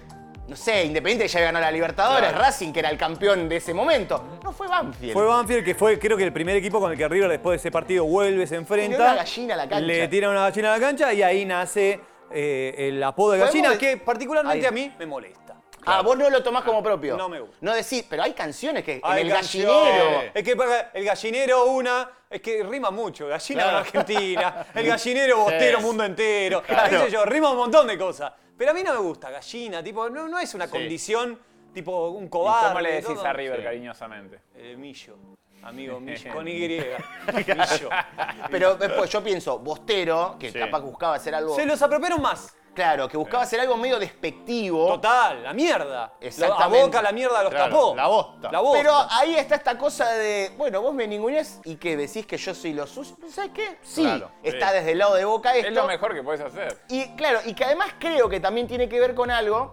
A: no sé, Independiente ya había ganado la Libertadores,
D: Claro.
A: Racing, que era el campeón de ese momento. No fue Banfield.
E: Fue Banfield que fue, creo que el primer equipo con el que River después de ese partido vuelve, se enfrenta.
A: una gallina a la cancha.
E: Le tira una gallina a la cancha y ahí nace eh, el apodo de
A: Podemos
E: gallina,
A: de-
E: que particularmente
A: Ahí.
E: a mí me molesta.
A: Ah, vos no lo tomás como propio.
E: No me gusta.
A: No decís, pero hay canciones que
E: Ay,
A: en el
E: canción.
A: gallinero.
E: Es que para- el gallinero una. Es que rima mucho, gallina
D: Claro.
E: en Argentina, el gallinero bostero,
D: Ah. Sí.
E: mundo entero,
D: Claro.
E: qué sé yo, rima un montón de cosas. Pero a mí no me gusta, gallina, tipo, no, no es una condición, tipo un
C: ¿Y
E: cobarde.
C: ¿Cómo le decís
E: todo.
C: a River cariñosamente?
E: Eh, millo, amigo, millo, con Y, millo.
A: Pero después yo pienso, Bostero, que
D: Sí.
A: capaz buscaba hacer algo.
E: Se los apropiaron más.
A: Claro, que buscaba hacer algo medio despectivo.
E: Total, la mierda.
A: Exactamente.
E: La boca, la mierda los
D: Claro,
E: tapó.
D: la bosta.
E: La bosta.
A: Pero ahí está esta cosa de, bueno, vos me ninguneás y que decís que yo soy los sucios. ¿Sabes qué? Sí,
D: Claro.
A: está desde el lado de Boca esto.
C: Es lo mejor que puedes hacer.
A: Y claro, y que además creo que también tiene que ver con algo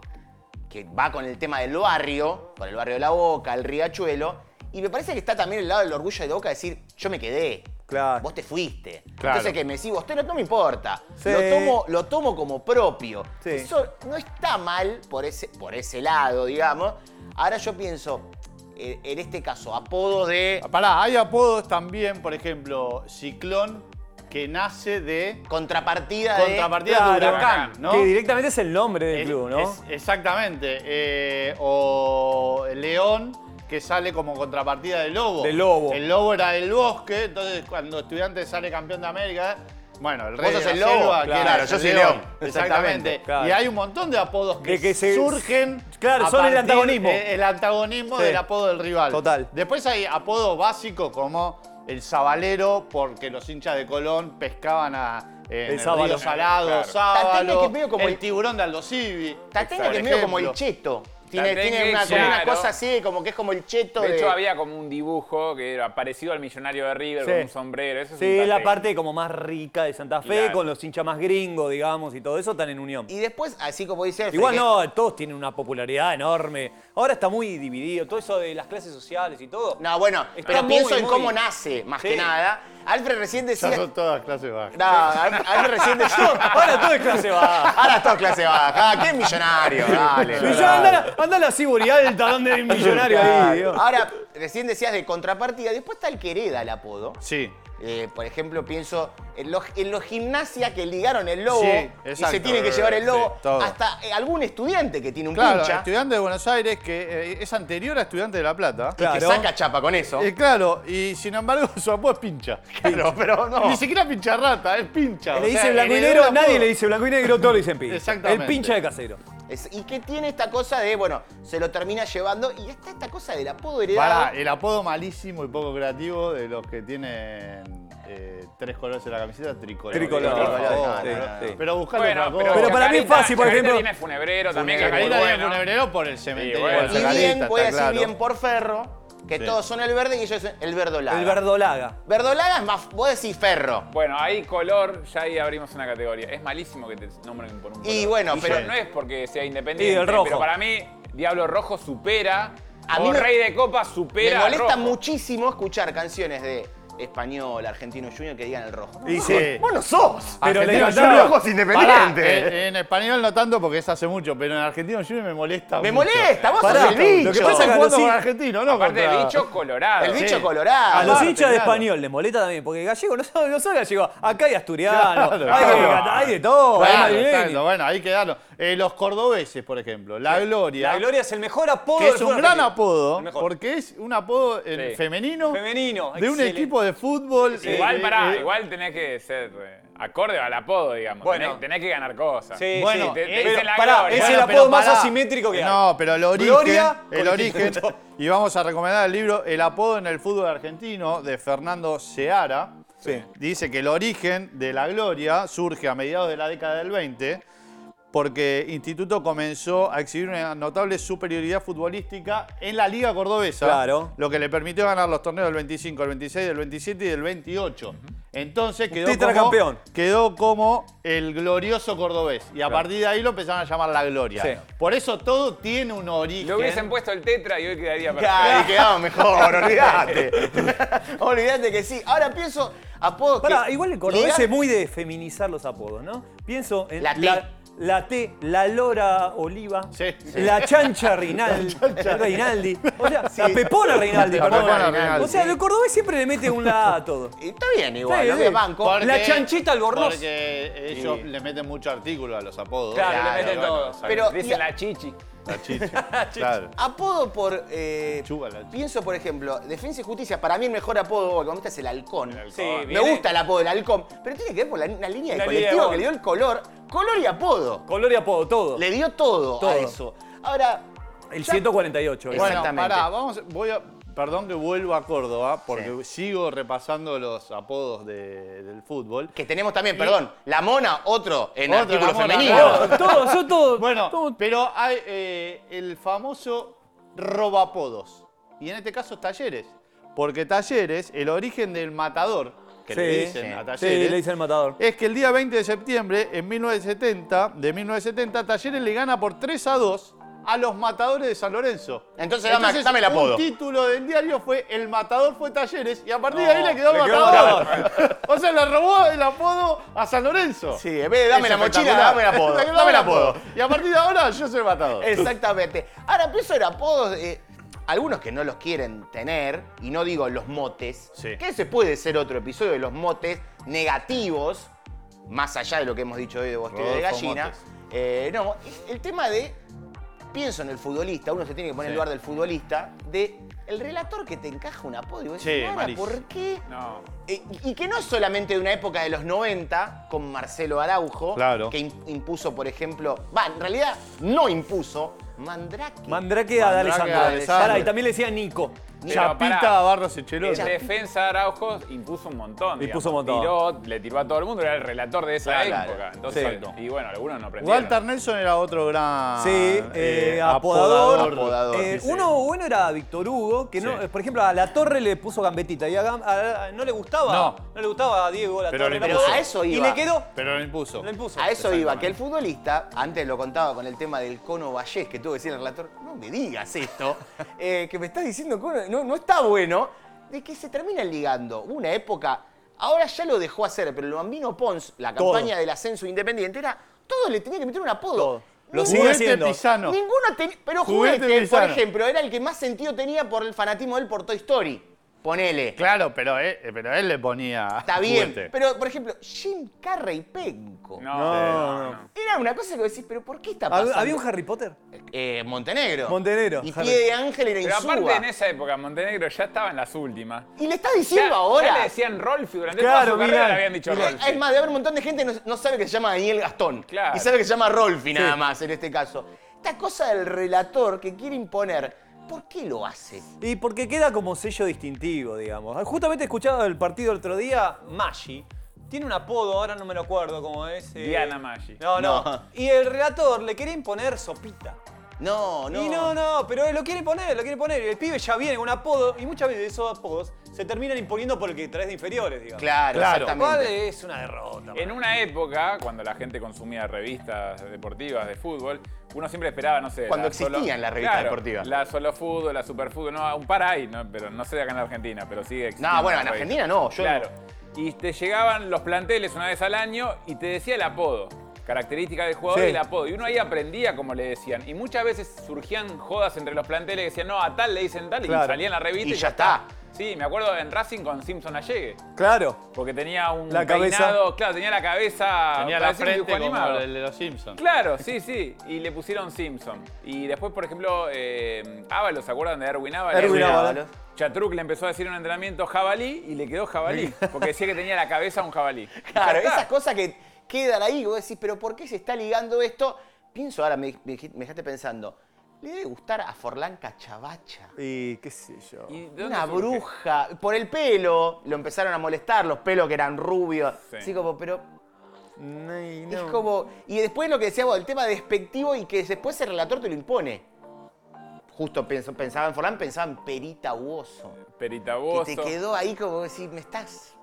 A: que va con el tema del barrio, con el barrio de la Boca, el riachuelo, y me parece que está también el lado del orgullo de Boca decir, yo me quedé.
E: Claro.
A: Ah, Vos te fuiste.
D: Claro.
A: Entonces que me decís, vos te no, no me importa.
E: Sí.
A: Lo, tomo, lo tomo como propio.
E: Sí.
A: Eso no está mal por ese, por ese lado, digamos. Ahora yo pienso, en, en este caso, apodo de
D: Pará, hay apodos también, por ejemplo, Ciclón, que nace de
A: contrapartida, de-
D: contrapartida de
E: Claro.
D: Huracán, ¿no?
E: Que directamente es el nombre del
D: Es-
E: club, ¿no?
D: es- exactamente. eh, o León, que sale como contrapartida del Lobo.
E: Del Lobo.
D: El Lobo era del Bosque, entonces cuando Estudiantes sale campeón de América, bueno, el rey
A: sos
D: de
A: el
D: la
A: Lobo,
D: selva, que
A: claro,
D: era
A: yo
D: el
A: soy León.
D: Exactamente.
E: Claro.
D: Y hay un montón de apodos que,
E: De que se-
D: surgen.
E: Claro,
D: a
E: son el
D: partir-
E: antagonismo.
D: eh, el antagonismo
E: Sí.
D: del apodo del rival.
E: Total.
D: Después hay apodos básicos como el Sabalero, porque los hinchas de Colón pescaban a.
E: El
D: eh, en el
E: sábalo.
D: río Salado,
C: Claro.
D: sábalo,
A: Tatengue, que es medio como
D: el
A: el-
D: tiburón de Aldo Civi.
A: Tatengue
D: por
A: que es medio como
D: ejemplo.
A: el cheto. Tiene,
C: Tatengue,
A: tiene una, como una
C: claro.
A: cosa así, como que es como el cheto de.
C: De hecho, había como un dibujo que era parecido al millonario de River
E: Sí.
C: con un sombrero. Eso es un
E: Sí, la
C: tateque.
E: parte como más rica de Santa Fe,
C: Claro.
E: con los hinchas más gringos, digamos, y todo eso están en unión.
A: Y después, así como dice Alfred,
E: Igual
A: que-
E: no, todos tienen una popularidad enorme. Ahora está muy dividido, todo eso de las clases sociales y todo.
A: No, bueno,
E: Está
A: pero
E: muy,
A: pienso en
E: muy-
A: cómo nace, más
E: Sí.
A: que nada. Alfred recién decía.
D: Ya son todas clases bajas.
A: No, Al- Alfred recién decía.
E: Ahora todo es clase baja.
A: Ahora todo clase baja. Ah, ¿Qué millonario? Dale.
E: Y ya andala, andala así, Burial, el talón del millonario ahí, Dios.
A: Ahora, recién decías de contrapartida. Después está el Quereda, el apodo.
D: Sí.
A: Eh, por ejemplo, pienso en los, en los gimnasias que ligaron el lobo
D: Sí,
A: y
D: exacto.
A: se tiene que llevar el lobo.
D: Sí, todo.
A: hasta eh, algún estudiante que tiene un
D: Claro,
A: pincha
D: estudiante de Buenos Aires que eh, es anterior a estudiante de La Plata.
A: que
E: Claro.
A: saca chapa con eso.
D: Eh, claro, y sin embargo su apodo es pincha.
A: Claro, pero no.
D: Ni siquiera pincha rata, es pincha.
E: Le
D: o sea,
E: dice blanco y
D: heredó
E: negro,
D: el apodo.
E: nadie le dice blanco y negro, todos le dicen pincha.
D: Exactamente.
E: El pincha de casero.
A: Es- y que tiene esta cosa de, bueno, se lo termina llevando y está esta cosa del apodo heredado.
D: Pará, eh, el apodo malísimo y poco creativo de los que tienen eh, tres colores en la camiseta, tricolor.
E: Tricolor,
D: Tricolor,
E: por favor,
D: no, no,
E: sí,
D: no.
E: sí.
D: Pero buscando
C: Bueno,
D: otra
C: pero,
D: cosa.
E: Pero para mí es
C: Chacarita-
E: fácil, por
C: Chacarita
E: ejemplo-
C: tiene funebrero también, que es muy
D: Chacarita viene
C: bueno.
D: Funebrero por el cementerio.
C: bueno.
D: de
A: y
D: Chacarita,
A: bien, voy a
D: está
A: decir
D: claro.
A: bien por Ferro, que
D: Sí.
A: todos son el verde y ellos son el verdolaga.
E: El verdolaga.
A: verdolaga es más, vos decís Ferro.
C: Bueno, ahí color, ya ahí abrimos una categoría. Es malísimo que te nombren por un color.
A: Y bueno, pero-
C: yo- no es porque sea independiente,
E: Y el rojo.
C: pero para mí Diablo Rojo supera,
A: A
C: a
A: mí
C: mí
A: me-
C: Rey de Copa supera
A: Me molesta
C: a rojo.
A: muchísimo escuchar canciones de español, argentino junior que digan el rojo.
E: Y
D: sí.
A: Vos no sos.
E: Pero le
D: Argentino
E: cantaron-
D: Junior-
A: Rojo es independiente.
D: Pará, eh, en español no tanto porque es hace mucho, pero en Argentino Junior me molesta.
A: Me
D: mucho.
A: molesta, vos
E: Pará,
A: sos el bicho.
E: lo que pasa es que a
D: Están
E: los,
D: jugando con
E: hin-
D: Argentino, ¿no?
C: Aparte de
D: Contra-
C: bicho colorado.
A: el bicho
D: sí.
A: colorado.
E: a los
D: Aparte,
E: hinchas de
D: claro.
E: español les molesta también, porque gallego no son, no son gallego. Acá hay asturiano,
D: Claro.
E: hay, hay de todo. hay
D: Claro,
E: madrileño.
D: exacto, bueno, ahí quedaron. Eh, los cordobeses, por ejemplo. La Gloria.
E: La Gloria es el mejor apodo
D: Que es
E: del
D: un
E: fútbol
D: gran
E: argentino.
D: apodo,
E: El mejor.
D: porque es un apodo eh,
C: Sí.
D: femenino,
E: Femenino,
D: de un
E: excelente.
D: equipo de fútbol. eh,
C: Igual,
D: eh,
C: pará,
D: eh,
C: igual tenés que ser eh, acorde al apodo, digamos.
E: Bueno.
C: Tenés, tenés que ganar cosas.
E: Sí,
D: Bueno,
E: sí.
C: te- te
E: Pero,
C: dicen la
E: pará,
C: gloria.
E: es el
D: Bueno,
E: apodo
D: pero
E: más
D: pará.
E: asimétrico que hay.
D: No, pero el origen.
E: Gloria
D: el
E: con
D: origen.
E: instituto.
D: Y vamos a recomendar el libro El apodo en el fútbol argentino de Fernando Seara.
E: Sí.
D: Dice que el origen de la gloria surge a mediados de la década del 20 porque Instituto comenzó a exhibir una notable superioridad futbolística en la Liga Cordobesa,
E: Claro.
D: lo que le permitió ganar los torneos del 25, del 26, del 27 y del 28. Entonces quedó
E: Tetracampeón.
D: como, quedó como el glorioso cordobés y a partir de ahí lo empezaron a llamar la gloria.
E: Sí.
D: Por eso todo tiene un origen.
C: Le hubiesen puesto el tetra y hoy quedaría perfecto.
A: Ya, ahí quedaba mejor, olvídate. olvídate que sí. Ahora pienso apodos que-
E: Pará, igual el cordobés
A: ligar-
E: es muy de feminizar los apodos, ¿no? Pienso en
A: La T.
E: la, la T, la Lora Oliva,
D: Sí, sí.
E: la Chancha Rinaldi, Rinaldi, o sea, la Pepona Rinaldi,
D: La
E: perdón.
D: Pepona Rinaldi.
E: O sea, el cordobés siempre le mete un la a todo.
A: Y Está bien igual,
E: Sí,
A: no
E: sí.
A: me banco.
E: Por- La chanchita Albornoz.
D: Porque ellos le meten mucho artículo a los apodos.
C: Claro,
A: Claro,
C: le meten
A: bueno,
C: todo.
A: pero-
C: Dicen la chichi.
D: La chicha. claro.
A: Apodo por. eh,
D: Chupa la-
A: pienso, por ejemplo, Defensa y Justicia. Para mí el mejor apodo que me gusta es el halcón.
C: Sí,
D: Oh,
A: me gusta el apodo del halcón, pero tiene que ver por la, la línea de
E: La línea de
A: colectivo que
E: Bond.
A: le dio el color. Color y apodo.
E: Color y apodo, todo.
A: Le dio todo,
E: Todo.
A: a eso. Ahora.
E: El
A: ya-
E: 148. ¿eh?
A: Bueno, Exactamente.
D: Pará, vamos, voy a, perdón que vuelvo a Córdoba, porque
A: Sí.
D: sigo repasando los apodos de- del fútbol.
A: Que tenemos también, perdón, la mona, otro en
D: Otro,
A: artículo
D: la mona,
A: femenino.
D: claro.
E: Todo, yo todo.
D: Bueno,
E: todo-
D: pero hay eh, el famoso robapodos. Y en este caso, Talleres. Porque Talleres, el origen del matador, que le
E: Sí,
D: dicen
A: sí.
D: a
E: Sí,
D: Talleres,
E: le dice el matador.
D: es que el día 20 de septiembre en 1970, de 1970, Talleres le gana por 3 a 2 a los matadores de San Lorenzo.
A: Entonces, dame- dame el apodo.
D: El título del diario fue El matador fue Talleres y a partir de ahí le quedó
C: le quedó
D: matador. o sea, le robó el apodo a San Lorenzo.
A: Sí, en vez de dame
D: Es
A: la mochila,
D: espectacular.
A: dame el apodo.
D: Dame el
A: Dame el
D: apodo.
A: apodo.
D: Y a partir de ahora yo soy matador.
A: Exactamente. Ahora, pero eso era apodos. eh, algunos que no los quieren tener, y no digo los motes,
D: Sí.
A: que ese puede ser otro episodio de los motes negativos, más allá de lo que hemos dicho hoy de Bosteo de
D: Rodolfo
A: Gallina.
D: Motes.
A: Eh, no, el tema de. Pienso en el futbolista, uno se tiene que poner en
D: Sí.
A: el lugar del futbolista, de el relator que te encaja un apodo. Y vos decís,
D: Sí,
A: "Mara,
D: malísimo.
A: ¿por qué?
C: No.
A: Eh, Y, y que no es solamente de una época de los 90 con Marcelo Araujo,
D: Claro.
A: que im- impuso, por ejemplo, va, en realidad no impuso, Mandrake.
E: Mandrake a
D: Mandrake
E: Alessandro.
D: a D'Alessandro.
E: Pará, y también le decía Nico.
C: Pero
D: Chapita,
C: pará.
D: Barros y
C: En
D: Chelote.
C: defensa Araujo impuso un montón.
E: Impuso
C: digamos.
E: un montón.
C: Tiró, le tiró a todo el mundo, era el relator de esa
A: Claro.
C: época. Entonces,
E: Sí.
C: y bueno, algunos no aprendieron.
D: Walter Nelson era otro gran
E: Sí, eh, apodador.
A: apodador,
E: Eh,
D: sí, sí.
E: uno bueno era Víctor Hugo, que no,
D: Sí.
E: eh, por ejemplo a La Torre le puso gambetita y a Gam- a- a- no le gustaba,
D: No.
E: le gustaba a Diego La
D: Pero
E: Torre.
D: le
E: no le
D: impuso.
E: gustaba.
A: A eso
E: Y
A: iba.
E: le quedó,
D: Pero lo impuso.
E: lo impuso.
A: A eso iba, que el futbolista, antes lo contaba con el tema del cono Vallés, que tuvo que decir el relator, no me digas esto, eh, que me estás diciendo cono, no, no está bueno, de que se terminan ligando. Hubo Una época, ahora ya lo dejó hacer, pero el Bambino Pons, la
E: Todo.
A: campaña del ascenso independiente, era todo le tenía que meter un apodo.
E: Todo. Lo
A: Ninguno-
E: sigue haciendo.
C: Ah,
D: Pisano.
A: Ninguno tenía. Pero
D: Juguete
A: juguete, por
D: Pisano.
A: ejemplo, era el que más sentido tenía por el fanatismo del por Toy Story. Ponele.
D: Claro, pero él, eh, pero él le ponía.
A: Está bien.
D: juguete.
A: Pero, por ejemplo, Jim Carrey Penco.
C: No,
E: No,
C: no,
E: no.
C: no.
A: Era una cosa que vos decís, pero ¿por qué está pasando?
E: ¿Hab- ¿Había un Harry Potter?
A: Eh, Montenegro.
E: Montenegro,
A: Y
E: Harry.
A: Pie de Ángel era
C: Pero aparte
A: Insúa.
C: en esa época Montenegro ya estaba en las últimas.
A: Y le estás
C: Ya-
A: diciendo
C: ya
A: ahora.
C: le decían Rolfi durante
E: Claro,
C: toda su carrera
E: mirá.
C: le habían dicho
A: Mira,
C: Rolfi.
A: Es más, debe haber un montón de gente que no, no sabe que se llama Daniel Gastón.
C: Claro.
A: Y sabe que se llama Rolfi nada más en este caso. Esta cosa del relator que quiere imponer, ¿por qué lo hace?
E: Y porque queda como sello distintivo, digamos. Justamente escuchaba el partido el otro día, Maggi. Tiene un apodo, ahora no me lo acuerdo cómo es. eh.
C: Diana Maggi.
E: No, no,
A: No.
E: Y el relator le quería imponer sopita.
A: No, no.
E: Y no, no, pero él lo quiere poner, lo quiere poner. El pibe ya viene con un apodo y muchas veces esos apodos se terminan imponiendo por el que traes de inferiores, digamos.
A: Claro,
D: Claro.
E: Lo cual
A: exactamente.
E: es una derrota.
C: En una época, cuando la gente consumía revistas deportivas de fútbol, uno siempre esperaba, no sé.
A: Cuando
C: la Solo-
A: existían las revistas
C: Claro,
A: deportivas.
C: La Solo Fútbol, la Super Fútbol, no, un par hay, no, pero no sé de acá en la Argentina, pero sigue existiendo.
A: No, bueno, en
C: la revista.
A: Argentina no. Yo
C: claro. Y te llegaban los planteles una vez al año y te decía el apodo, característica del jugador
E: Sí.
C: y el apodo. Y uno ahí aprendía como le decían. Y muchas veces surgían jodas entre los planteles que decían, no, a tal le dicen tal,
E: Claro.
C: y salía en la revista.
A: Y ya está.
C: Sí, me acuerdo en Racing con Simpson Allegue,
E: Claro.
C: porque tenía un
E: La cabeza.
C: peinado- claro, tenía la
E: Ah,
C: cabeza,
D: Tenía la
C: parecía un dibujo
D: frente como
C: animado.
D: el de los Simpsons.
C: Claro, sí, sí. Y le pusieron Simpson. Y después, por ejemplo, eh, Ábalos, ¿se acuerdan de Erwin Ábalos?
E: Erwin Ábalos.
A: Ábalos.
C: Chatruc le empezó a decir en un entrenamiento jabalí y le quedó jabalí. Porque decía que tenía la cabeza un jabalí.
A: Claro,
C: Ya está.
A: esas cosas que quedan ahí, vos decís, pero ¿por qué se está ligando esto? Pienso ahora, me, me dij- me dejaste pensando, le debe gustar a Forlán Cachavacha.
E: Y qué sé yo.
C: ¿Y de dónde
A: Una
C: surge?
A: bruja. Por el pelo, lo empezaron a molestar, los pelos que eran rubios.
C: Sí.
A: Así como, pero
E: No, y
A: es
E: no.
A: como... Y después lo que decías vos, el tema despectivo y que después el relator te lo impone. Justo pienso- pensaba en Forlán, pensaba en Perita Uoso.
C: Peritaboso.
A: Que te quedó ahí como si me estás...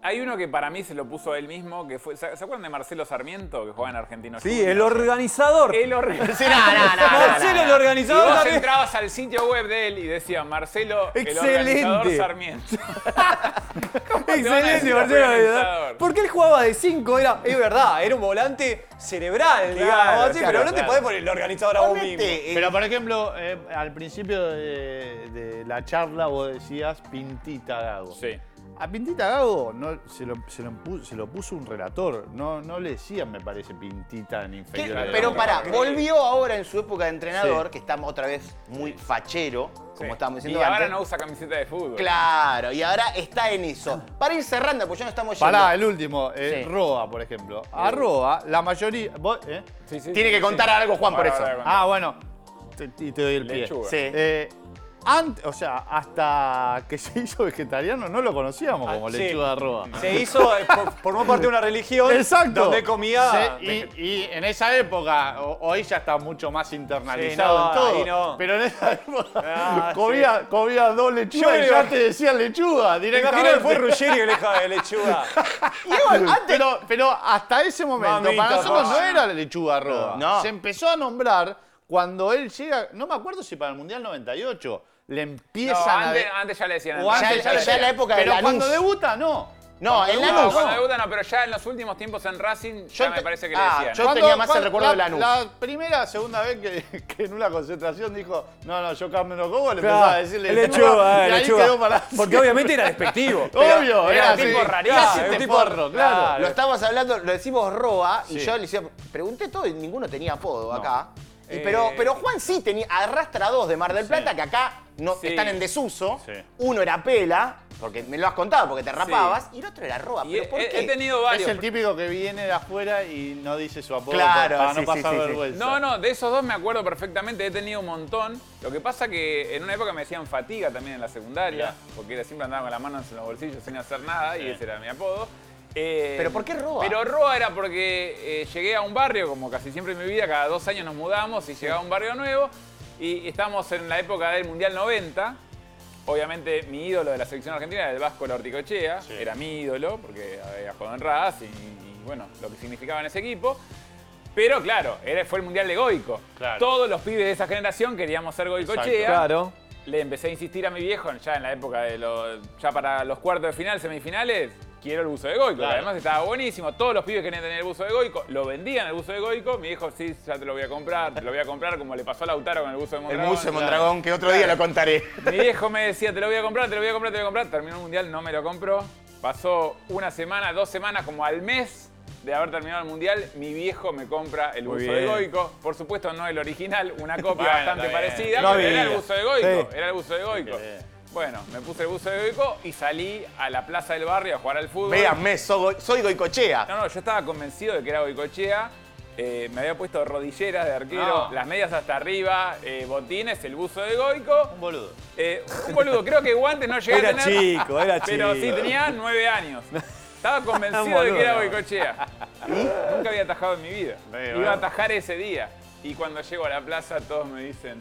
C: Hay uno que para mí se lo puso él mismo, que fue. ¿Se se acuerdan de Marcelo Sarmiento, que juega en Argentino?
E: Sí,
C: Juniors?
E: el organizador.
C: El organizador.
A: Sí, no, no, no, no, no,
E: Marcelo,
A: no.
E: el
C: Y
E: organizador.
C: vos
E: también.
C: entrabas al sitio web de él y decía Marcelo, el organizador
E: Excelente.
C: Sarmiento. te van a
E: Excelente,
C: decir
E: Marcelo.
C: organizador?
E: Porque él jugaba de 5, era, es verdad, era un volante cerebral, digamos, así,
C: claro,
E: pero no te
C: claro.
E: podés poner el organizador a vos mismo.
A: Ponete, eh,
D: Pero por ejemplo, eh, al principio de, de la charla vos decías Pintita Gago.
C: Sí.
D: A Pintita Gago no, se, lo, se lo impu- se lo puso un relator. No, no le decían, me parece, Pintita en
A: ¿Qué?
D: inferior.
A: Pero pará,
C: Sí.
A: volvió ahora en su época de entrenador,
D: Sí.
A: que está otra vez muy fachero, como
C: Sí.
A: estábamos
C: Y
A: diciendo
C: ahora
A: antes.
C: no usa camiseta de fútbol.
A: Claro, y ahora está en eso. Para ir cerrando, porque ya no estamos yendo.
D: Pará, el último, eh,
A: Sí.
D: Roa, por ejemplo. A Roa, la mayoría. vos- ¿eh?
C: Sí, sí,
A: Tiene
C: sí,
A: que contar
C: sí.
A: algo, Juan, por
C: Ahora
A: eso.
C: voy a contar.
D: Ah, bueno. Te- y te doy el pie.
C: Lechuga.
A: Sí.
D: Eh, Ant- o sea, hasta que se hizo vegetariano no lo conocíamos
E: Ah,
D: como
E: sí.
D: lechuga de arroba.
E: Se hizo, eh, por- formó parte de una religión
D: Exacto.
E: donde comía.
D: Se- y, y en esa época, o- hoy ya está mucho más
E: Sí, no,
D: internalizado en
E: ahí
D: todo.
E: no.
D: Pero en esa época
E: Ah,
D: comía, comía dos
E: Yo
D: lechugas
E: me
D: y ya
E: imag-
D: te decían lechuga
E: Me
D: directamente.
E: imagino que fue Ruggeri el hijo de lechuga.
D: pero, pero hasta ese momento,
E: Mamita,
D: para nosotros
E: pa.
D: no era la lechuga roja.
A: No.
D: Se empezó a nombrar cuando él llega, no me acuerdo si para el Mundial 98, le
C: No,
D: empiezan a...
C: antes,
D: de-
C: antes ya le decían.
D: o
C: antes.
A: antes, ya-
D: le
A: ya
D: decían.
A: en la época de
D: Pero
A: Lanús.
D: cuando debuta, no.
A: No, en la
C: No,
A: no.
C: cuando debutan, no, pero ya en los últimos tiempos en Racing ya
A: Yo
C: me
A: te-
C: parece que le
A: ah,
C: decían.
A: yo- tenía más el recuerdo
D: la,
A: de Lanús.
D: La primera, segunda vez que, que en una concentración dijo, no, no, yo cambio los cobos, le
E: Claro,
D: empezaba a decirle
E: lechuga, eh,
D: y ahí
E: lechuga.
D: quedó para
E: Porque obviamente era despectivo.
C: era
D: Obvio, era,
C: un tipo
D: así.
C: rarísimo,
D: Casi
E: un
D: te
E: tipo-
D: forro, claro.
A: Lo estábamos hablando, lo decimos Roa, y
D: Sí.
A: yo le decía, pregunté todo y ninguno tenía apodo acá. Y pero,
E: Eh.
A: pero Juan sí tenía, arrastra dos de Mar del Plata que acá no,
C: Sí.
A: están en desuso.
D: Sí.
A: Uno era Pela, porque me lo has contado, porque te rapabas, y el otro era Roa.
C: Y
A: ¿Pero
C: he,
A: por
C: he-
A: qué?
C: he tenido
D: Es
C: varios.
D: el típico que viene de afuera y no dice su apodo
A: Claro,
D: para
A: sí,
D: no pasar
A: sí, sí, sí.
D: vergüenza.
C: No, no, de esos dos me acuerdo perfectamente, he tenido un montón. Lo que pasa que en una época me decían fatiga también en la secundaria,
D: Mirá.
C: porque era siempre andaba con las manos en los bolsillos sin hacer nada y ese era mi apodo. Eh,
A: ¿Pero por qué Roa?
C: Pero Roa era porque eh, llegué a un barrio, como casi siempre en mi vida, cada dos años nos mudamos y llegaba a un barrio nuevo y estábamos en la época del Mundial 90. Obviamente mi ídolo de la selección argentina era el Vasco Lorticochea, era mi ídolo porque había jugado en Racing y, y, bueno, lo que significaba en ese equipo. Pero claro, era, fue el Mundial de Goico.
D: Claro.
C: Todos los pibes de esa generación queríamos ser Goicochea.
E: Claro.
C: Le empecé a insistir a mi viejo ya en la época de los. ya para los cuartos de final, semifinales, quiero el buzo de Goico.
D: Claro.
C: Además estaba buenísimo. Todos los pibes querían tener el buzo de Goico, lo vendían el buzo de Goico. Mi viejo, sí, ya te lo voy a comprar, te lo voy a comprar, como le pasó a Lautaro con el buzo de
A: el
C: Mondragón.
A: buzo de
C: Claro.
A: Mondragón, que otro día lo contaré.
C: Mi viejo me decía, te lo voy a comprar, te lo voy a comprar, te lo voy a comprar. Terminó el mundial, no me lo compró. Pasó una semana, dos semanas, como al mes de haber terminado el mundial, mi viejo me compra el buzo de
E: bien.
C: Goico. Por supuesto, no el original, una copia
D: Bueno,
C: bastante
D: está bien.
C: parecida,
E: No
C: pero era el
E: había.
C: buzo de Goico.
E: Sí.
C: Era el buzo de Goico.
D: querés.
C: Bueno, me puse el buzo de Goico y salí a la plaza del barrio a jugar al fútbol.
A: Véanme, soy, soy Goicochea.
C: No, no, yo estaba convencido de que era Goicochea. Eh, me había puesto rodilleras de arquero,
D: No.
C: las medias hasta arriba, eh, botines, el buzo de Goico.
D: Un boludo.
C: Eh, un boludo, creo que guantes no llegué a
E: Era
C: tener.
E: chico, era
C: Pero sí,
E: chico.
C: tenía nueve años. Estaba
E: Un
C: convencido
E: boludo,
C: de que era
E: no.
C: Boicochea. Nunca había atajado en mi vida.
D: Eh,
C: Iba
D: bueno.
C: a atajar ese día. Y cuando llego a la plaza, todos me dicen: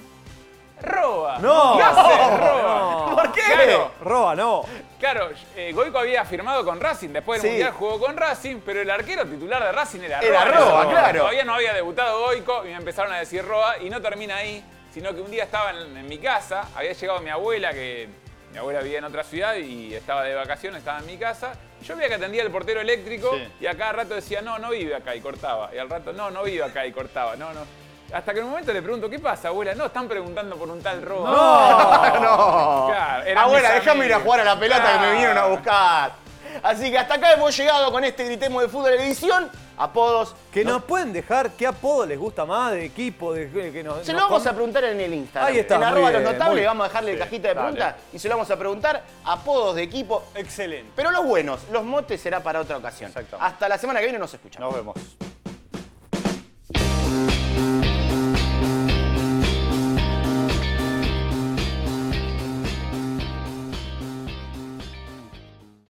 C: ¡Roba!
E: No.
C: ¿Qué haces, Roba?
A: ¿Por qué?
C: Claro,
E: Roba, no.
C: claro, eh, Goico había firmado con Racing. Después del
A: Sí.
C: Mundial jugó con Racing, pero el arquero titular de Racing era Roa.
A: Era
C: en ese
A: Roa,
C: momento.
A: claro.
C: Todavía no había debutado Goico y me empezaron a decir Roa. Y no termina ahí, sino que un día estaba en, en mi casa, había llegado mi abuela, que mi abuela vivía en otra ciudad y estaba de vacaciones, estaba en mi casa. Yo veía que atendía el portero eléctrico
D: Sí.
C: y a cada rato decía, no, no vive acá y cortaba. Y al rato, no, no vive acá y cortaba, no, no. Hasta que en un momento le pregunto, ¿qué pasa, abuela? No, están preguntando por un tal Roa.
A: No.
E: Ah,
C: Claro, eran
A: Abuela,
C: mis
A: ah, déjame ir a
C: amigos.
A: jugar a la pelota que me
C: Claro.
A: vinieron a buscar. Así que hasta acá hemos llegado con este Gritemos de Fútbol Edición. Apodos.
E: Que nos pueden dejar qué apodo les gusta más de equipo, de que nos.
A: Se lo
E: nos
A: vamos
E: con-
A: a preguntar en el Instagram.
E: Ahí está,
A: En
E: muy
A: arroba los
E: bien, muy
A: notables
E: bien.
A: vamos a dejarle cajita de
D: dale.
A: preguntas y se lo vamos a preguntar. Apodos de equipo.
E: Excelente.
A: Pero los buenos, los motes será para otra ocasión.
D: Exactamente.
A: Hasta la semana que viene nos escuchamos.
D: Nos vemos.